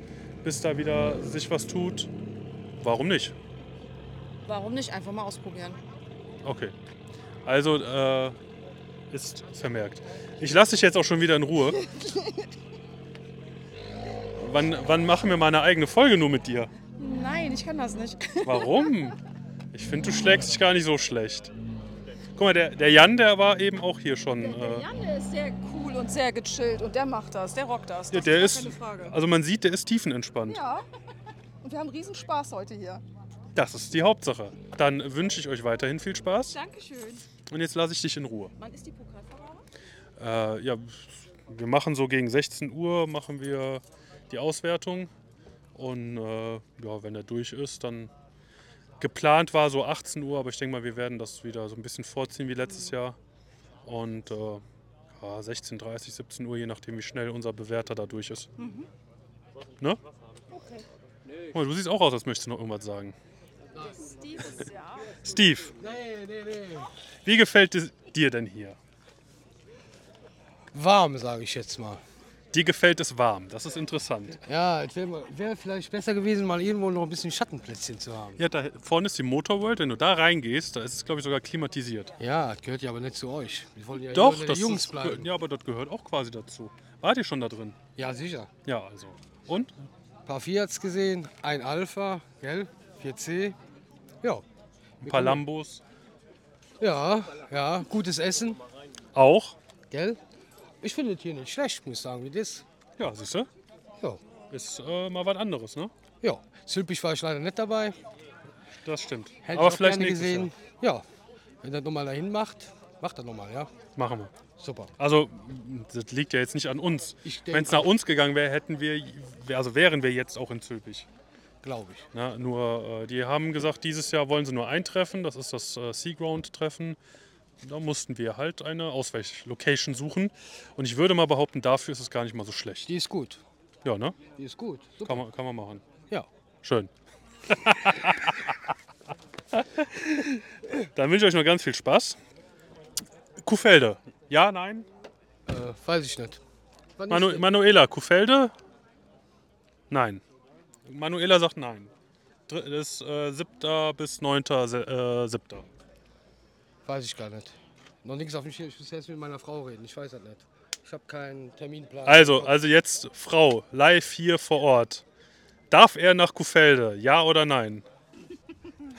bis da wieder sich was tut. Warum nicht?
Warum nicht einfach mal ausprobieren?
Okay. Also äh, ist vermerkt. Ich lasse dich jetzt auch schon wieder in Ruhe. Wann, wann machen wir mal eine eigene Folge nur mit dir?
Nein, ich kann das nicht. [LAUGHS]
Warum? Ich finde, du schlägst dich gar nicht so schlecht. Guck mal, der, der Jan, der war eben auch hier schon. äh,
Janne ist sehr cool und sehr gechillt und der macht das, der rockt das.
ja,
das
der
gar
ist,
keine Frage.
also man sieht, der ist tiefenentspannt.
ja. Und wir haben riesen Spaß heute hier.
Das ist die Hauptsache. Dann wünsche ich euch weiterhin viel Spaß
Dankeschön.
und jetzt lasse ich dich in Ruhe.
Wann ist die Pokalvergabe?
Äh, ja, wir machen so gegen 16 Uhr machen wir die Auswertung und äh, ja, wenn er durch ist, dann geplant war so 18 Uhr, aber ich denke mal, wir werden das wieder so ein bisschen vorziehen wie letztes Jahr und äh, ja, 16:30, 17 Uhr, je nachdem, wie schnell unser Bewerter da durch ist.
Mhm.
Ne?
Okay.
Guck mal, Oh, du siehst auch aus, als möchtest du noch irgendwas sagen.
Dieses Jahr.
Steve,
Nee, nee, nee.
wie gefällt es dir denn hier?
Warm, sage ich jetzt mal.
Dir gefällt es warm, das ist interessant.
Ja, es wäre wär vielleicht besser gewesen, mal irgendwo noch ein bisschen Schattenplätzchen zu haben.
Ja, da vorne ist die Motorworld. Wenn du da reingehst, da ist es, glaube ich, sogar klimatisiert.
Ja, das gehört ja aber nicht zu euch. Wir wollen ja
Doch,
immer
das
die Jungs
ist,
bleiben.
Ja, aber das gehört auch quasi dazu. Wart ihr schon da drin?
Ja, sicher.
Ja, also. Und?
Ein paar Fiats gesehen, ein Alpha, gell? 4C. Ja.
Ein paar Lambos.
Ja, ja, gutes Essen.
Auch.
Gell? Ich finde es hier nicht schlecht, muss ich sagen, wie das.
Ja, siehst du?
Ja.
Ist äh, mal was anderes, ne?
Ja, Sülpich war ich leider nicht dabei.
Das stimmt.
Hätte
aber
ich auch
vielleicht
gerne
nächstes
gesehen. Ja, wenn er nochmal dahin macht, macht er nochmal, ja.
Jahr. Machen wir.
Super.
Also, das liegt ja jetzt nicht an uns.
denke-
Wenn es nach uns gegangen wäre, hätten wir, also wären wir jetzt auch in Zülpich.
Glaube ich.
Na, nur, äh, die haben gesagt, dieses Jahr wollen sie nur ein Treffen, das ist das äh, Seaground-Treffen. Da mussten wir halt eine Ausweichlocation suchen. Und ich würde mal behaupten, dafür ist es gar nicht mal so schlecht.
Die ist gut.
Ja, ne?
Die ist gut.
Kann man, kann man machen.
Ja.
Schön. [LAUGHS] Dann wünsche ich euch noch ganz viel Spaß. Kuhfelde. Ja, nein?
Äh, weiß ich nicht. War nicht
Manu
schlecht.
Manuela, Kuhfelde? Nein. Manuela sagt nein. Dr- Das ist äh, 7. bis 9. Se äh, 7.
Weiß ich gar nicht. Noch nichts auf dem Schirm. Ich muss jetzt mit meiner Frau reden. Ich weiß das nicht. Ich habe keinen Terminplan.
Also, also jetzt Frau, live hier vor Ort. Darf er nach Kuhfelde? Ja oder nein?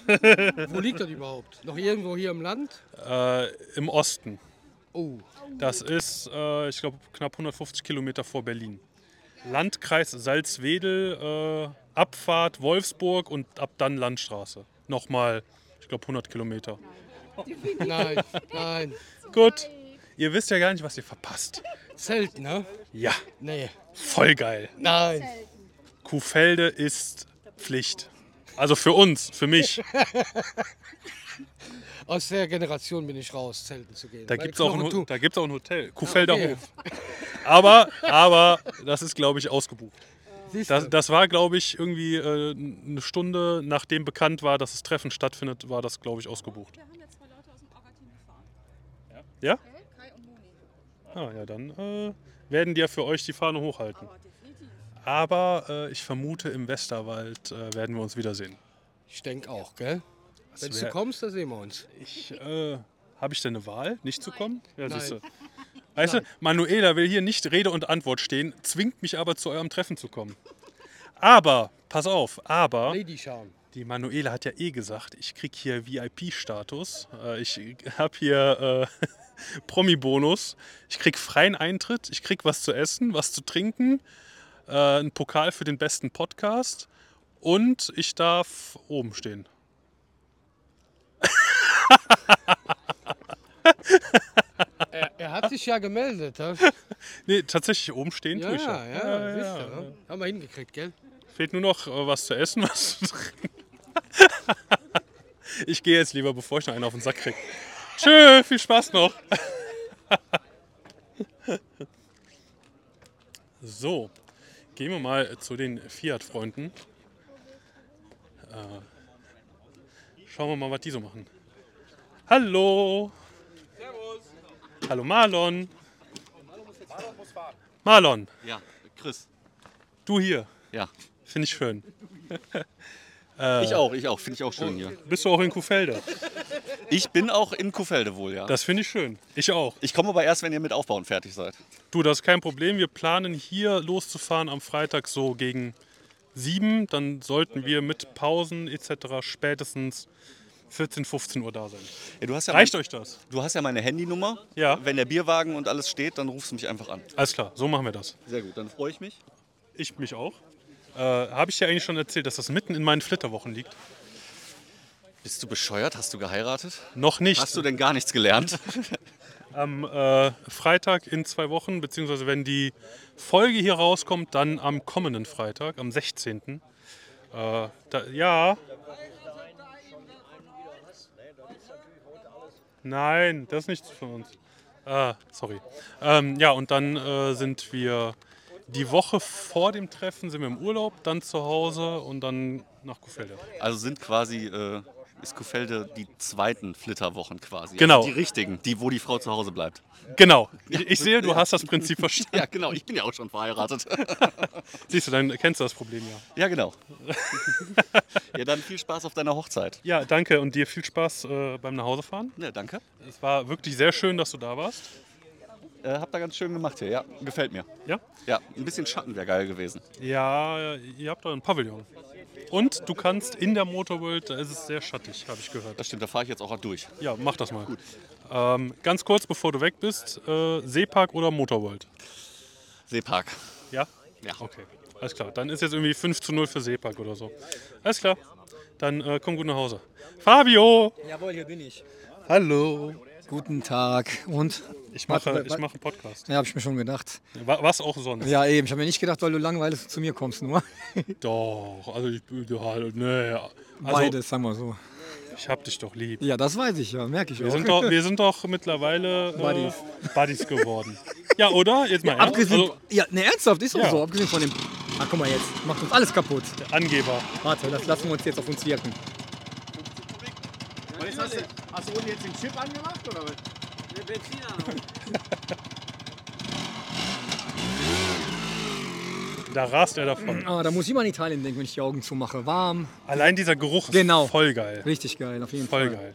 also-
[LAUGHS] Wo liegt das überhaupt? Noch irgendwo hier im Land?
Äh, Im Osten.
Oh.
Das ist, äh, ich glaube, knapp 150 Kilometer vor Berlin. Landkreis Salzwedel, äh, Abfahrt Wolfsburg und ab dann Landstraße. Nochmal, ich glaube, 100 Kilometer.
Nein, nein.
Gut. Ihr wisst ja gar nicht, was ihr verpasst.
Zelt, ne?
Ja.
Nee.
Voll geil.
Nein.
Kuhfelde ist Pflicht. Also für uns,
[LAUGHS]
für mich.
Aus der Generation bin ich raus, zelten zu gehen.
Da
Meine
gibt es auch, ein
Knochen
Ho-
tun- Ah,
da gibt's auch ein Hotel, Kuhfelder
okay.
Hof. Aber, aber das ist, glaube ich, ausgebucht. Das, das war, glaube ich, irgendwie äh, eine Stunde, nachdem bekannt war, dass das Treffen stattfindet, war das, glaube ich, ausgebucht. Ja? Ah, ja, dann äh, werden die ja für euch die Fahne hochhalten. Aber äh, ich vermute, im Westerwald äh, werden wir uns wiedersehen.
Ich denke auch, gell?
Das
Wenn du
wär-
kommst, dann sehen wir uns.
Ich, äh, Habe ich denn eine Wahl, nicht zu kommen? Ja,
Nein.
siehst du. Weißt du, Manuela will hier nicht Rede und Antwort stehen, zwingt mich aber zu eurem Treffen zu kommen. Aber, pass auf, aber.
Lady Charm.
Die Manuela hat ja eh gesagt, ich krieg hier VIP-Status. Äh, ich habe hier äh, [LAUGHS] Promi-Bonus. Ich krieg freien Eintritt. Ich krieg was zu essen, was zu trinken. Äh, einen Pokal für den besten Podcast. Und ich darf oben stehen.
Er, er hat sich ja gemeldet. hä?
[LAUGHS] Nee, tatsächlich oben stehen
Ja,
tue ich
ja,
ja.
ja, siehst du, ne? hä? Haben wir hingekriegt, gell?
Fehlt nur noch äh, was zu essen, was zu trinken. [LAUGHS] ich gehe jetzt lieber, bevor ich noch einen auf den Sack kriege. Tschö, viel Spaß noch. so, gehen wir mal zu den Fiat-Freunden. Äh, schauen wir mal, was die so machen. Hallo. Servus. Hallo Marlon. Marlon.
Ja, Chris.
Du hier.
Ja.
Finde ich schön.
Ich auch, ich auch. Finde ich auch schön hier.
Oh, Bist du auch in Kuhfelde?
Ich bin auch in Kuhfelde wohl, ja.
Das finde ich schön. Ich auch.
Ich komme aber erst, wenn ihr mit Aufbauen fertig seid.
Du, das ist kein Problem. Wir planen hier loszufahren am Freitag so gegen sieben. Dann sollten wir mit Pausen etc. spätestens 14, 15 Uhr da sein.
Ja, du hast ja
Reicht
mein-
euch das?
Du hast ja meine Handynummer.
Ja.
Wenn der Bierwagen und alles steht, dann rufst du mich einfach an.
Alles klar, so machen wir das.
Sehr gut, dann freue ich mich.
Ich mich auch. Äh, Habe ich dir eigentlich schon erzählt, dass das mitten in meinen
[LAUGHS]
Flitterwochen liegt?
Bist du bescheuert? Hast du geheiratet?
Noch nicht.
Hast du denn gar nichts gelernt?
Am äh, Freitag in zwei Wochen, beziehungsweise wenn die Folge hier rauskommt, dann am kommenden Freitag, am 16. Äh, da, ja, Nein, das ist nichts von uns. Ah, sorry. Ähm, ja, und dann äh, sind wir die Woche vor dem Treffen sind wir im Urlaub, dann zu Hause und dann nach Kuhfelde.
Also sind quasi, äh, ist Kuhfelde die zweiten Flitterwochen quasi.
Genau.
Also die richtigen, die, wo die Frau zu Hause bleibt.
Genau. Ich, ich sehe, du hast
[LAUGHS]
das Prinzip verstanden.
Ja, genau. Ich bin ja auch schon verheiratet.
[LAUGHS] Siehst du, dann kennst du das Problem ja.
Ja, genau. [LAUGHS] ja, dann viel Spaß auf deiner Hochzeit.
Ja, danke und dir viel Spaß äh, beim Nachhausefahren.
Ja, danke.
Es war wirklich sehr schön, dass du da warst.
Äh, habt ihr ganz schön gemacht hier, ja. Gefällt mir.
Ja?
Ja, ein bisschen Schatten wäre geil gewesen.
Ja, ihr habt euren Pavillon. Und du kannst in der Motorworld, da ist es sehr schattig, habe ich gehört.
Das stimmt, da fahre ich jetzt auch halt durch.
Ja, mach das mal. Gut. Ähm, ganz kurz, bevor du weg bist, äh, Seepark oder Motorworld?
Seepark.
Ja?
Ja.
Okay, alles klar. Dann ist jetzt irgendwie 5 zu 0 für Seepark oder so. Alles klar. Dann äh, komm gut nach Hause. Fabio!
Jawohl, hier bin ich.
Hallo, guten Tag. Und?
Ich mache-
Warte,
ich mache einen Podcast.
Ja, habe ich mir schon gedacht.
Wa- Was auch sonst.
Ja, eben. Ich habe mir nicht gedacht, weil du langweilig zu mir kommst, nur. [LAUGHS]
Doch, also ich ja, nee, ja. Also,
Beides, sagen wir so.
Ich hab dich doch lieb.
Ja, das weiß ich ja, merke ich
Wir
auch.
sind doch,
[LAUGHS]
wir sind doch mittlerweile äh,
Buddies.
Buddies geworden. Ja, oder? Jetzt mal
ja,
ernst.
abgesehen,
Also,
ja, ne, ernsthaft, ist auch
Ja.
so. Abgesehen von dem. Ach, guck mal jetzt, macht uns alles kaputt.
Der Angeber.
Warte, das lassen wir uns jetzt auf uns wirken.
Und jetzt hast, du, hast du unten jetzt den Chip angemacht oder was? Den Benziner.
da rast er davon.
Ah, da muss ich mal an Italien denken, wenn ich die Augen zumache. Warm.
Allein dieser Geruch ist
Genau.
voll geil.
Richtig geil, auf jeden
Voll
Fall.
geil.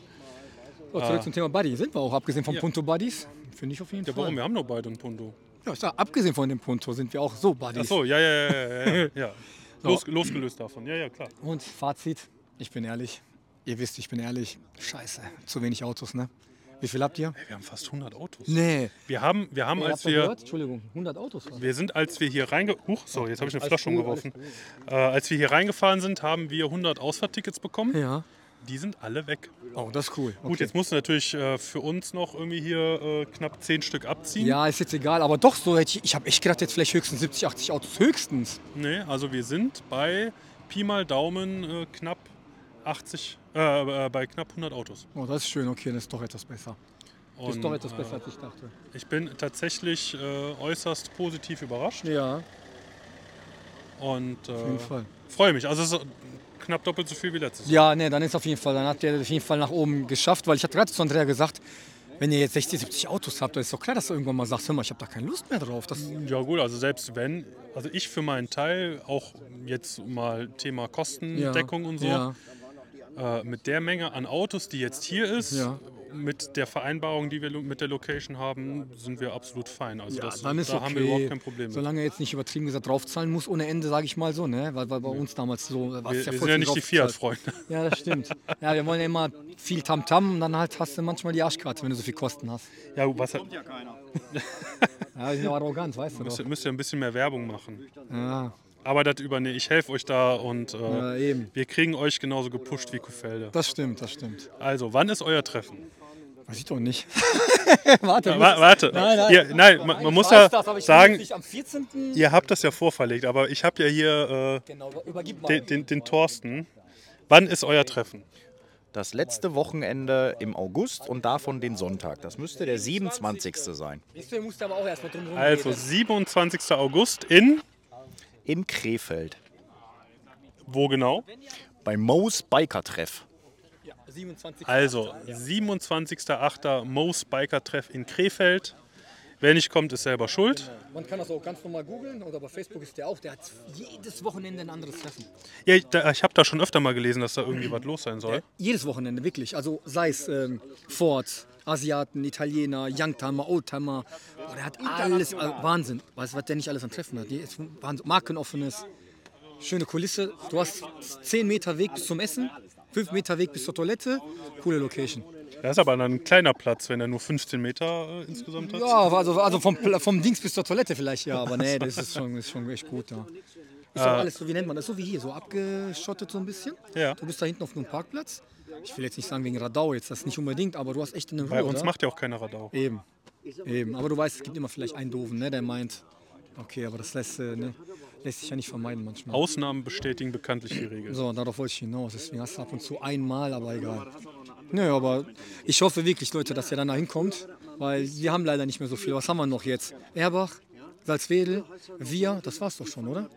So, zurück
Ah.
zum Thema Buddy. Sind wir auch, abgesehen vom
Ja.
Punto Buddies. Finde ich auf jeden
Ja,
Fall.
warum? Wir haben doch beide einen Punto.
Ja, ich sag, abgesehen von dem Punto sind wir auch so Buddies.
Ach so, ja, ja, ja, ja,
[LAUGHS]
ja, ja.
So.
Los, Losgelöst davon, ja, ja, klar.
Und Fazit, ich bin ehrlich. Ihr wisst, ich bin ehrlich. Scheiße, zu wenig Autos, ne? Wie viel habt ihr?
Wir haben fast 100 Autos.
Nee.
Wir haben, wir haben
Ihr
als
habt doch
wir,
Gehört? Entschuldigung, 100 Autos. waren.
wir sind, als wir hier reinge... Huch, sorry, jetzt habe ich eine
Alles
Flasche
gut,
umgeworfen. Äh, als wir hier reingefahren sind, haben wir 100 Ausfahrttickets bekommen.
Ja.
Die sind alle weg.
Oh, das ist cool.
Gut,
Okay.
jetzt musst du natürlich äh, für uns noch irgendwie hier äh, knapp 10 Stück abziehen.
Ja, ist jetzt egal, aber doch so hätte ich. Ich habe echt gedacht, jetzt vielleicht höchstens 70, 80 Autos. Höchstens.
Nee, also wir sind bei Pi mal Daumen äh, knapp 80, äh, äh, bei knapp 100 Autos.
Oh, das ist schön, okay, das ist doch etwas besser. Das ist
Und,
doch etwas
äh,
besser, als ich dachte.
Ich bin tatsächlich äh, äußerst positiv überrascht.
Ja.
Und äh,
jeden Fall.
freue mich. Also es ist knapp doppelt so viel wie letztes Jahr.
Ja, nee, dann ist auf jeden Fall, dann habt ihr auf jeden Fall nach oben geschafft, weil ich hatte gerade zu Andrea gesagt, wenn ihr jetzt 60, 70 Autos habt, dann ist doch klar, dass du irgendwann mal sagst, hör mal, ich habe da keine Lust mehr drauf. Das
Ja gut, also selbst wenn, also ich für meinen Teil, auch jetzt mal Thema Kostendeckung
Ja,
und so,
ja.
äh, mit der Menge an Autos, die jetzt hier ist,
Ja.
mit der Vereinbarung, die wir lo- mit der Location haben, sind wir absolut fein. Also das,
dann ist
da
okay.
haben wir überhaupt kein Problem. mit.
Solange er jetzt nicht übertrieben gesagt draufzahlen muss, ohne Ende, sage ich mal so, ne? Weil, weil bei uns damals so war
Wir-
es ja
wir
voll
sind ja
viel
nicht die
draufgezahlt.
Fiat-Freunde.
Ja, das stimmt. Ja, wir wollen ja immer viel Tamtam und dann halt hast du manchmal die Arschkarte, wenn du so viel Kosten hast.
Ja, was hat...
ja keiner.
[LAUGHS] Ja, die sind auch arrogant, weißt du
Müsst,
doch.
ihr- müsst ihr ein bisschen mehr Werbung machen.
Ja.
Aber das übernehme ich. helfe euch da und äh,
Ja, eben.
wir kriegen euch genauso gepusht wie Kufelde.
Das stimmt, das stimmt. [LAUGHS]
Also, wann ist euer Treffen?
Weiß ich doch nicht. [LAUGHS] warte,
Ja,
muss
wa
es-
warte.
Nein, nein.
Ihr, nein man, man
Ich
muss
weiß
ja
das, aber ich
sagen,
bin jetzt nicht am 14..
ihr habt das ja vorverlegt, aber ich habe ja hier äh,
Genau, übergib mal.
den, den, den Thorsten. Wann ist euer Treffen?
Das letzte Wochenende im August und davon den Sonntag. Das müsste der 27. sein.
Deswegen musst du aber auch erstmal drum rumreden.
Also 27. August in?
In Krefeld.
Wo genau?
Bei Moos Biker Treff.
27.
Also 27.8. Mo's Biker Treff in Krefeld. Wer nicht kommt, ist selber schuld.
Man kann das auch ganz normal googeln oder bei Facebook ist der auch. Der hat jedes Wochenende ein anderes Treffen.
Ja, ich, da- ich habe da schon öfter mal gelesen, dass da irgendwie was los sein soll.
Jedes Wochenende, wirklich. Also sei es ähm, Ford, Asiaten, Italiener, Youngtimer, Oldtimer. Boah, der hat alles. Also, Wahnsinn. Weißt du, was der nicht alles an Treffen hat? Die ist Wahnsinn. Markenoffenes, schöne Kulisse. Du hast 10 Meter Weg bis zum Essen, 5 Meter Weg bis zur Toilette. Coole Location.
Das ist aber dann ein kleiner Platz, wenn er nur 15 Meter äh, insgesamt hat.
Ja, also, also vom, Pla- vom Dings bis zur Toilette vielleicht, ja. Aber nee, das ist schon, ist schon echt gut. Ja. Ist
Äh.
auch alles so, wie nennt man das? So wie hier, so abgeschottet so ein bisschen.
Ja.
Du bist da hinten auf einem Parkplatz. Ich will jetzt nicht sagen wegen Radau jetzt, das nicht unbedingt, aber du hast echt eine Ruhe.
Bei uns
oder?
macht ja auch keiner Radau.
Eben. Eben. Aber du weißt, es gibt immer vielleicht einen Doofen, ne, der meint, okay, aber das lässt, äh, ne, lässt sich ja nicht vermeiden manchmal.
Ausnahmen bestätigen bekanntlich die Regel.
So, darauf wollte ich hinaus. Deswegen hast du ab und zu einmal, aber egal. Nö, aber ich hoffe wirklich, Leute, dass ihr dann da hinkommt, weil wir haben leider nicht mehr so viel. Was haben wir noch jetzt? Erbach, Salzwedel, wir, das war's doch schon, oder?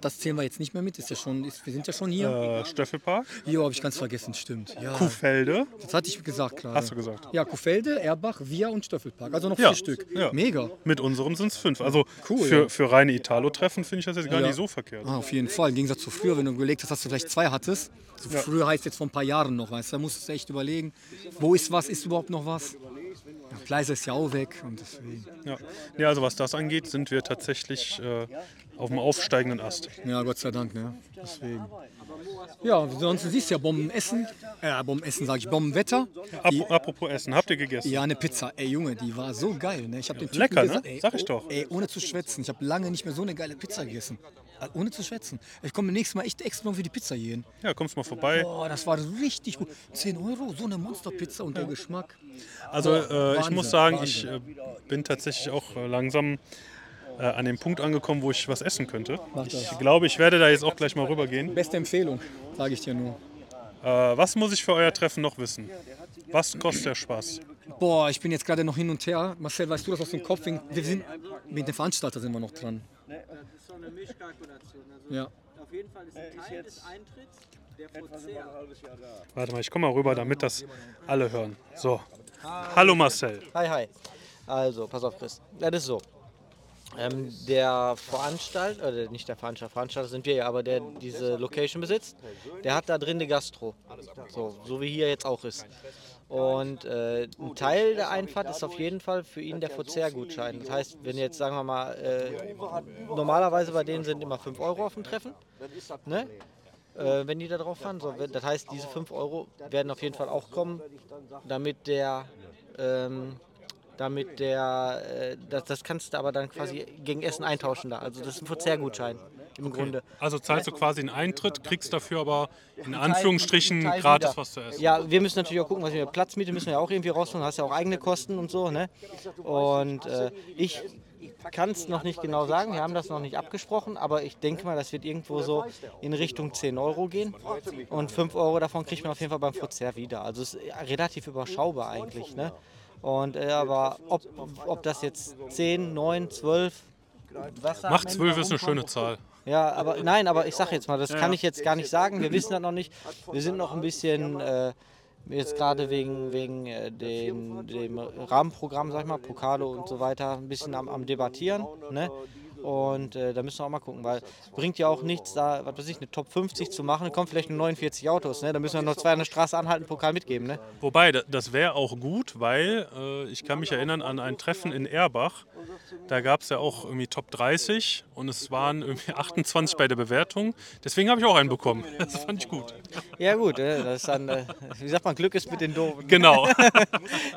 Das zählen wir jetzt nicht mehr mit, ist ja schon, ist, wir sind ja schon hier.
Äh, Stöffelpark?
Jo, habe ich ganz vergessen, stimmt. Ja.
Kuhfelde?
Das hatte ich gesagt gerade.
Hast du gesagt.
Ja, Kuhfelde, Erbach, wir und Stöffelpark. Also noch
Ja,
vier Stück.
ja.
Mega.
Mit unserem sind es fünf. Also
Cool,
für,
ja.
für reine Italo-Treffen finde ich das jetzt gar
Ja.
nicht so verkehrt.
Ah, auf jeden Fall. Im Gegensatz zu früher, wenn du überlegt hast, dass du vielleicht zwei hattest. So
Ja.
Früher heißt jetzt vor ein paar Jahren noch, weißt du, da musstest du echt überlegen, wo ist was, ist überhaupt noch was? Ja, Pleiser ist ja auch weg und deswegen.
Ja. ja, also was das angeht, sind wir tatsächlich äh, auf dem aufsteigenden Ast.
Ja, Gott sei Dank, ne? Deswegen. Ja, sonst siehst du ja Bombenessen. Äh, Bombenessen sage ich, Bombenwetter.
Ap apropos Essen, habt ihr gegessen?
Ja, eine Pizza. Ey, Junge, die war so geil. Ne? Ich habe den Typen
Lecker, ne?
gesagt, ey,
Sag ich
oh-
doch.
Ey, ohne zu schwätzen. Ich habe lange nicht mehr so eine geile Pizza gegessen. Äh, Ohne zu schwätzen. Ich komme nächstes Mal echt extra noch für die Pizza hier hin.
Ja, kommst mal vorbei.
Boah, das war richtig gut. 10 Euro, so eine Monsterpizza und der Geschmack.
Also
Boah,
äh, ich
Wahnsinn,
muss sagen, ich
Wahnsinn.
äh, bin tatsächlich auch äh, langsam äh, an dem Punkt angekommen, wo ich was essen könnte.
Mach das.
Ich glaube, ich werde da jetzt auch gleich mal rübergehen.
Beste Empfehlung, sage ich dir nur.
Äh, was muss ich für euer Treffen noch wissen? Was kostet der Spaß?
Boah, ich bin jetzt gerade noch hin und her. Marcel, weißt du das aus dem Kopf? Wegen- Wir sind, mit dem Veranstalter sind wir noch dran.
Äh, so eine Mischkalkulation. Also
Ja.
Auf jeden Fall ist
Äh,
ein Teil des Eintritts der Verzehr.
Warte mal, ich komme mal rüber, damit das alle hören. So. Hallo Marcel.
Hi, hi. Also, pass auf, Chris. Ja, das ist so. Ähm, der Veranstalter, oder nicht der Veranstalter, Veranstalter sind wir ja, aber der diese Location besitzt, der hat da drin eine Gastro. So, so wie hier jetzt auch ist. Und äh, ein Teil der Einfahrt ist auf jeden Fall für ihn der Verzehrgutschein. Das heißt, wenn jetzt, sagen wir mal, äh, normalerweise bei denen sind immer 5 Euro auf dem Treffen. Ne? Äh, wenn die da drauf fahren. So, wenn- das heißt, diese 5 Euro werden auf jeden Fall auch kommen, damit der, ähm, damit der, äh, das, das kannst du aber dann quasi gegen Essen eintauschen da. Also das ist ein Verzehrgutschein im Grunde.
Also zahlst du quasi einen Eintritt, kriegst dafür aber in
Teil-
Anführungsstrichen
Teil
gratis
wieder.
was zu essen.
Ja, wir müssen natürlich auch gucken, was wir Platzmiete müssen wir ja auch irgendwie rausholen, hast ja auch eigene Kosten und so, ne? Und äh, ich kann es noch nicht genau sagen, wir haben das noch nicht abgesprochen, aber ich denke mal, das wird irgendwo so in Richtung 10 Euro gehen und 5 Euro davon kriegt man auf jeden Fall beim Verzehr wieder. Also es ist relativ überschaubar eigentlich, ne? Und äh, aber ob, ob das jetzt 10, 9, 12 was da am
Macht
Ende
12 ist eine
rumkommt-
schöne Zahl.
Ja, aber nein, aber ich sage jetzt mal, das
Äh, Ja,
kann
ja.
ich jetzt gar nicht sagen. Wir wissen das noch nicht. Wir sind noch ein bisschen äh, jetzt gerade wegen, wegen äh, den, dem Rahmenprogramm, sag ich mal, Pokale und so weiter, ein bisschen am, am Debattieren. Ne? Und äh, da müssen wir auch mal gucken, weil bringt ja auch nichts, da, was weiß ich, eine Top 50 zu machen, kommen vielleicht nur 49 Autos, ne? Da müssen wir noch zwei an der Straße anhalten, Pokal mitgeben, ne?
Wobei, da- das wäre auch gut, weil äh, ich kann mich erinnern an ein Treffen in Erbach. Da gab es ja auch irgendwie Top 30 und es waren irgendwie [LAUGHS] 28 bei der Bewertung. Deswegen habe ich auch einen bekommen. Das fand ich gut.
Ja gut, äh, das ist dann, äh, wie sagt man, Glück ist mit den Doofen.
Genau.
[LAUGHS]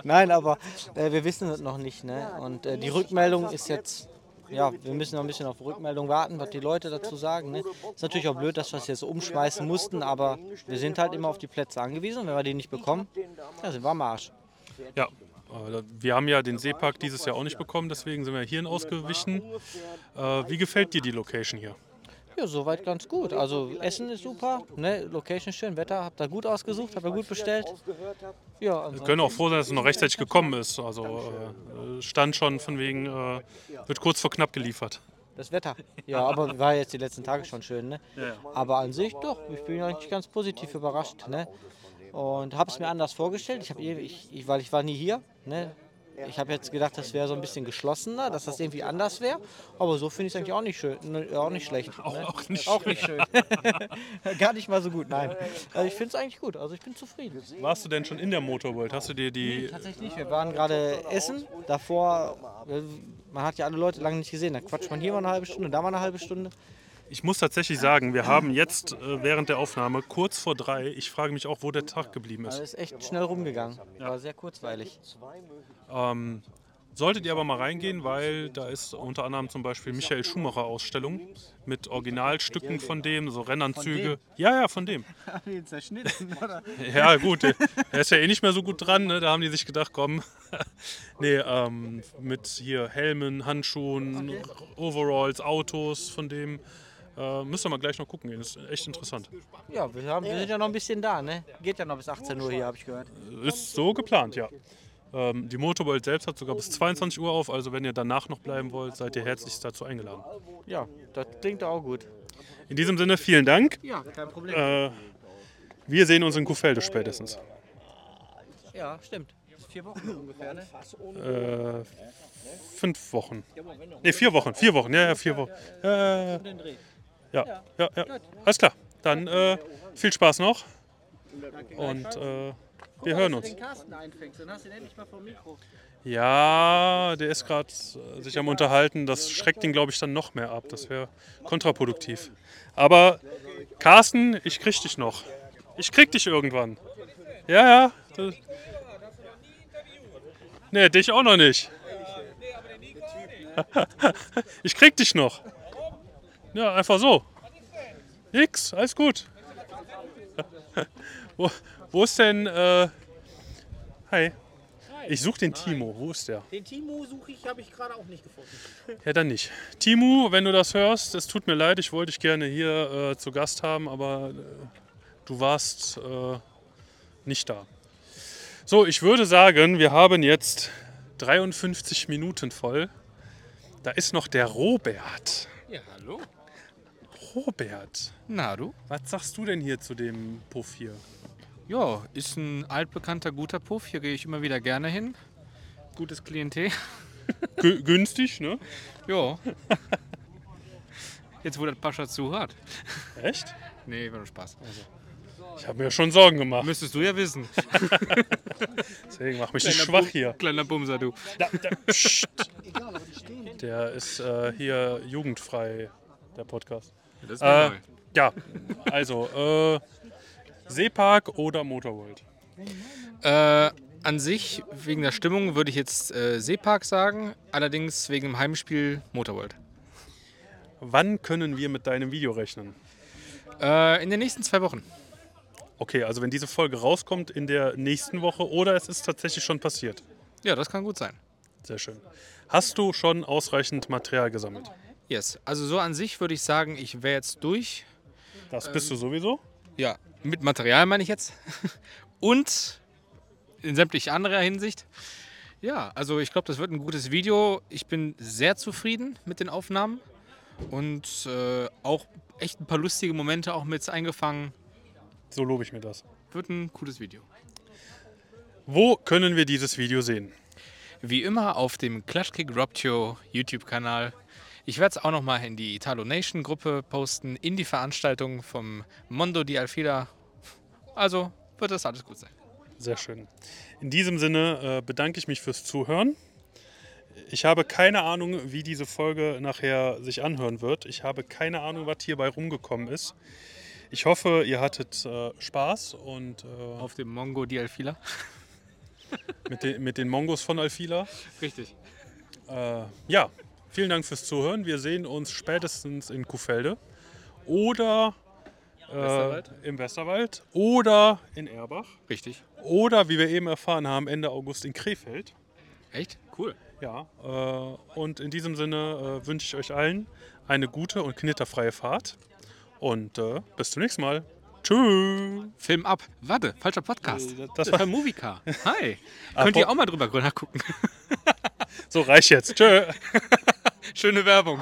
Nein, aber äh, wir wissen es noch nicht. Ne? Und äh, die Rückmeldung ist jetzt, ja, wir müssen noch ein bisschen auf Rückmeldung warten, was die Leute dazu sagen. Ne? Ist natürlich auch blöd, dass wir es jetzt umschmeißen mussten, aber wir sind halt immer auf die Plätze angewiesen. Und wenn wir die nicht bekommen, dann sind wir am Arsch.
Ja, äh, wir haben ja den Seepark dieses Jahr auch nicht bekommen, deswegen sind wir hierhin ausgewichen. Äh, wie gefällt dir die Location hier?
Ja, soweit ganz gut. Also Essen ist super, ne? Location ist schön, Wetter habt ihr gut ausgesucht, habt ihr gut bestellt. Ja,
Wir
ansonsten-
können auch froh sein, dass es noch rechtzeitig gekommen ist. Also äh, stand schon von wegen, äh, wird kurz vor knapp geliefert.
Das Wetter. Ja, aber war jetzt die letzten Tage schon schön, ne?
Ja, ja.
Aber an sich doch, ich bin eigentlich ganz positiv überrascht, ne? Und habe es mir anders vorgestellt, ich hab, eh- ich, ich, weil ich war nie hier, ne? Ich habe jetzt gedacht, das wäre so ein bisschen geschlossener, dass das irgendwie anders wäre. Aber so finde ich es eigentlich auch nicht schön, ne, auch nicht schlecht. Auch, ne?
auch, nicht,
auch nicht schön. [LAUGHS] Gar nicht mal so gut, nein. Also ich finde es eigentlich gut, also ich bin zufrieden.
Warst du denn schon in der Motorworld? Hast du dir die...
Tatsächlich nicht. Wir waren gerade essen. Davor, äh, man hat ja alle Leute lange nicht gesehen. Da quatscht man hier mal eine halbe Stunde, da mal eine halbe Stunde.
Ich muss tatsächlich sagen, wir haben jetzt äh, während der Aufnahme kurz vor drei, ich frage mich auch, wo der Tag geblieben
Also
ist.
ist echt schnell rumgegangen. Also, War sehr kurzweilig.
Ähm, solltet ihr aber mal reingehen, weil da ist unter anderem zum Beispiel Michael Schumacher Ausstellung mit Originalstücken von dem, so Rennanzüge.
Von
Ja, ja,
[LAUGHS]
von dem.
Haben die ihn zerschnitten, oder?
Ja, gut, der der ist ja eh nicht mehr so gut dran, ne? da haben die sich gedacht, komm. [LAUGHS] nee, ähm, mit hier Helmen, Handschuhen, Overalls, Autos von dem. Äh, müsst ihr mal gleich noch gucken, gehen, ist echt interessant.
Ja, wir, haben, wir sind ja noch ein bisschen da, ne? Geht ja noch bis 18 Uhr hier, habe ich gehört.
Ist so geplant, ja. Ähm, die Motorworld selbst hat sogar bis 22 Uhr auf, also wenn ihr danach noch bleiben wollt, seid ihr herzlichst dazu eingeladen.
Ja, das klingt auch gut.
In diesem Sinne, vielen Dank.
Ja, kein Problem.
Äh, wir sehen uns in Kuhfelde spätestens.
Ja, stimmt. Vier Wochen ungefähr, ne?
Äh, fünf Wochen. Ne, vier Wochen. Vier Wochen, ja, ja, vier Wochen. Äh, ja, ja, ja. Alles klar. Dann äh, viel Spaß noch. Und äh, wir hören uns.
Carsten einfängst, dann hast du den endlich mal vom Mikro.
Ja, der ist gerade sich am Unterhalten. Das schreckt ihn, glaube ich, dann noch mehr ab. Das wäre kontraproduktiv. Aber Carsten, ich krieg dich noch. Ich krieg dich irgendwann. Ja, ja. Du- Nee, dich auch noch nicht. [LAUGHS] Ich krieg dich noch. Ja, einfach so. Nix, alles gut. [LAUGHS] Wo, wo ist denn. Äh, hi. Ich suche den Timo. Wo ist der?
Den Timo suche ich, habe ich gerade auch nicht gefunden.
Ja, dann nicht. Timu, wenn du das hörst, es tut mir leid, ich wollte dich gerne hier äh, zu Gast haben, aber äh, du warst äh, nicht da. So, ich würde sagen, wir haben jetzt 53 Minuten voll. Da ist noch der Robert.
Ja, hallo.
Robert.
Na du?
Was sagst du denn hier zu dem Puff hier?
Ja, ist ein altbekannter guter Puff. Hier gehe ich immer wieder gerne hin. Gutes Klientel.
Gü- günstig, ne?
Ja. Jetzt wurde das Pascha zu hart.
Echt?
Nee, war nur Spaß. Also.
Ich habe mir schon Sorgen gemacht.
Müsstest du ja wissen.
[LAUGHS] Deswegen mach mich nicht schwach
Bum-
hier.
Kleiner Bumser, du.
Da, da, pst. Der ist äh, hier jugendfrei, der Podcast.
Ja, das ist mir
äh,
neu.
ja also äh, Seepark oder Motorworld?
Äh, an sich, wegen der Stimmung, würde ich jetzt äh, Seepark sagen. Allerdings wegen dem Heimspiel Motorworld.
Wann können wir mit deinem Video rechnen?
Äh, in den nächsten zwei Wochen.
Okay, also wenn diese Folge rauskommt in der nächsten Woche oder es ist tatsächlich schon passiert.
Ja, das kann gut sein.
Sehr schön. Hast du schon ausreichend Material gesammelt?
Yes. Also so an sich würde ich sagen, ich wäre jetzt durch. Ähm,
Das bist du sowieso?
Ja, mit Material meine ich jetzt. [LAUGHS] Und in sämtlich anderer Hinsicht. Ja, also ich glaube, das wird ein gutes Video. Ich bin sehr zufrieden mit den Aufnahmen. und äh, auch echt ein paar lustige Momente auch mit eingefangen.
So lobe ich mir das.
Wird ein cooles Video.
Wo können wir dieses Video sehen?
Wie immer auf dem Klatschkick Robtio YouTube-Kanal. Ich werde es auch nochmal in die Italo Nation Gruppe posten, in die Veranstaltung vom Mondo di Alfida. Also wird das alles gut sein.
Sehr schön. In diesem Sinne äh, bedanke ich mich fürs Zuhören. Ich habe keine Ahnung, wie diese Folge nachher sich anhören wird. Ich habe keine Ahnung, was hierbei rumgekommen ist. Ich hoffe, ihr hattet äh, Spaß und. Äh,
Auf dem Mongo di Alfila. [LAUGHS]
mit, den, mit den Mongos von Alfila.
Richtig.
Äh, ja, vielen Dank fürs Zuhören. Wir sehen uns spätestens in Kuhfelde oder äh,
Westerwald.
im Westerwald oder in Erbach.
Richtig.
Oder, wie wir eben erfahren haben, Ende August in Krefeld.
Echt? Cool.
Ja, äh, und in diesem Sinne äh, wünsche ich euch allen eine gute und knitterfreie Fahrt. Und äh, bis zum nächsten Mal. Tschüss. Äh,
Film ab. Warte, falscher Podcast. Äh,
Das
war
war [LAUGHS]
Movica. Hi.
Ah,
Könnt
Bo-
ihr auch mal drüber nachgucken.
So reicht jetzt. Tschö.
Schöne Werbung.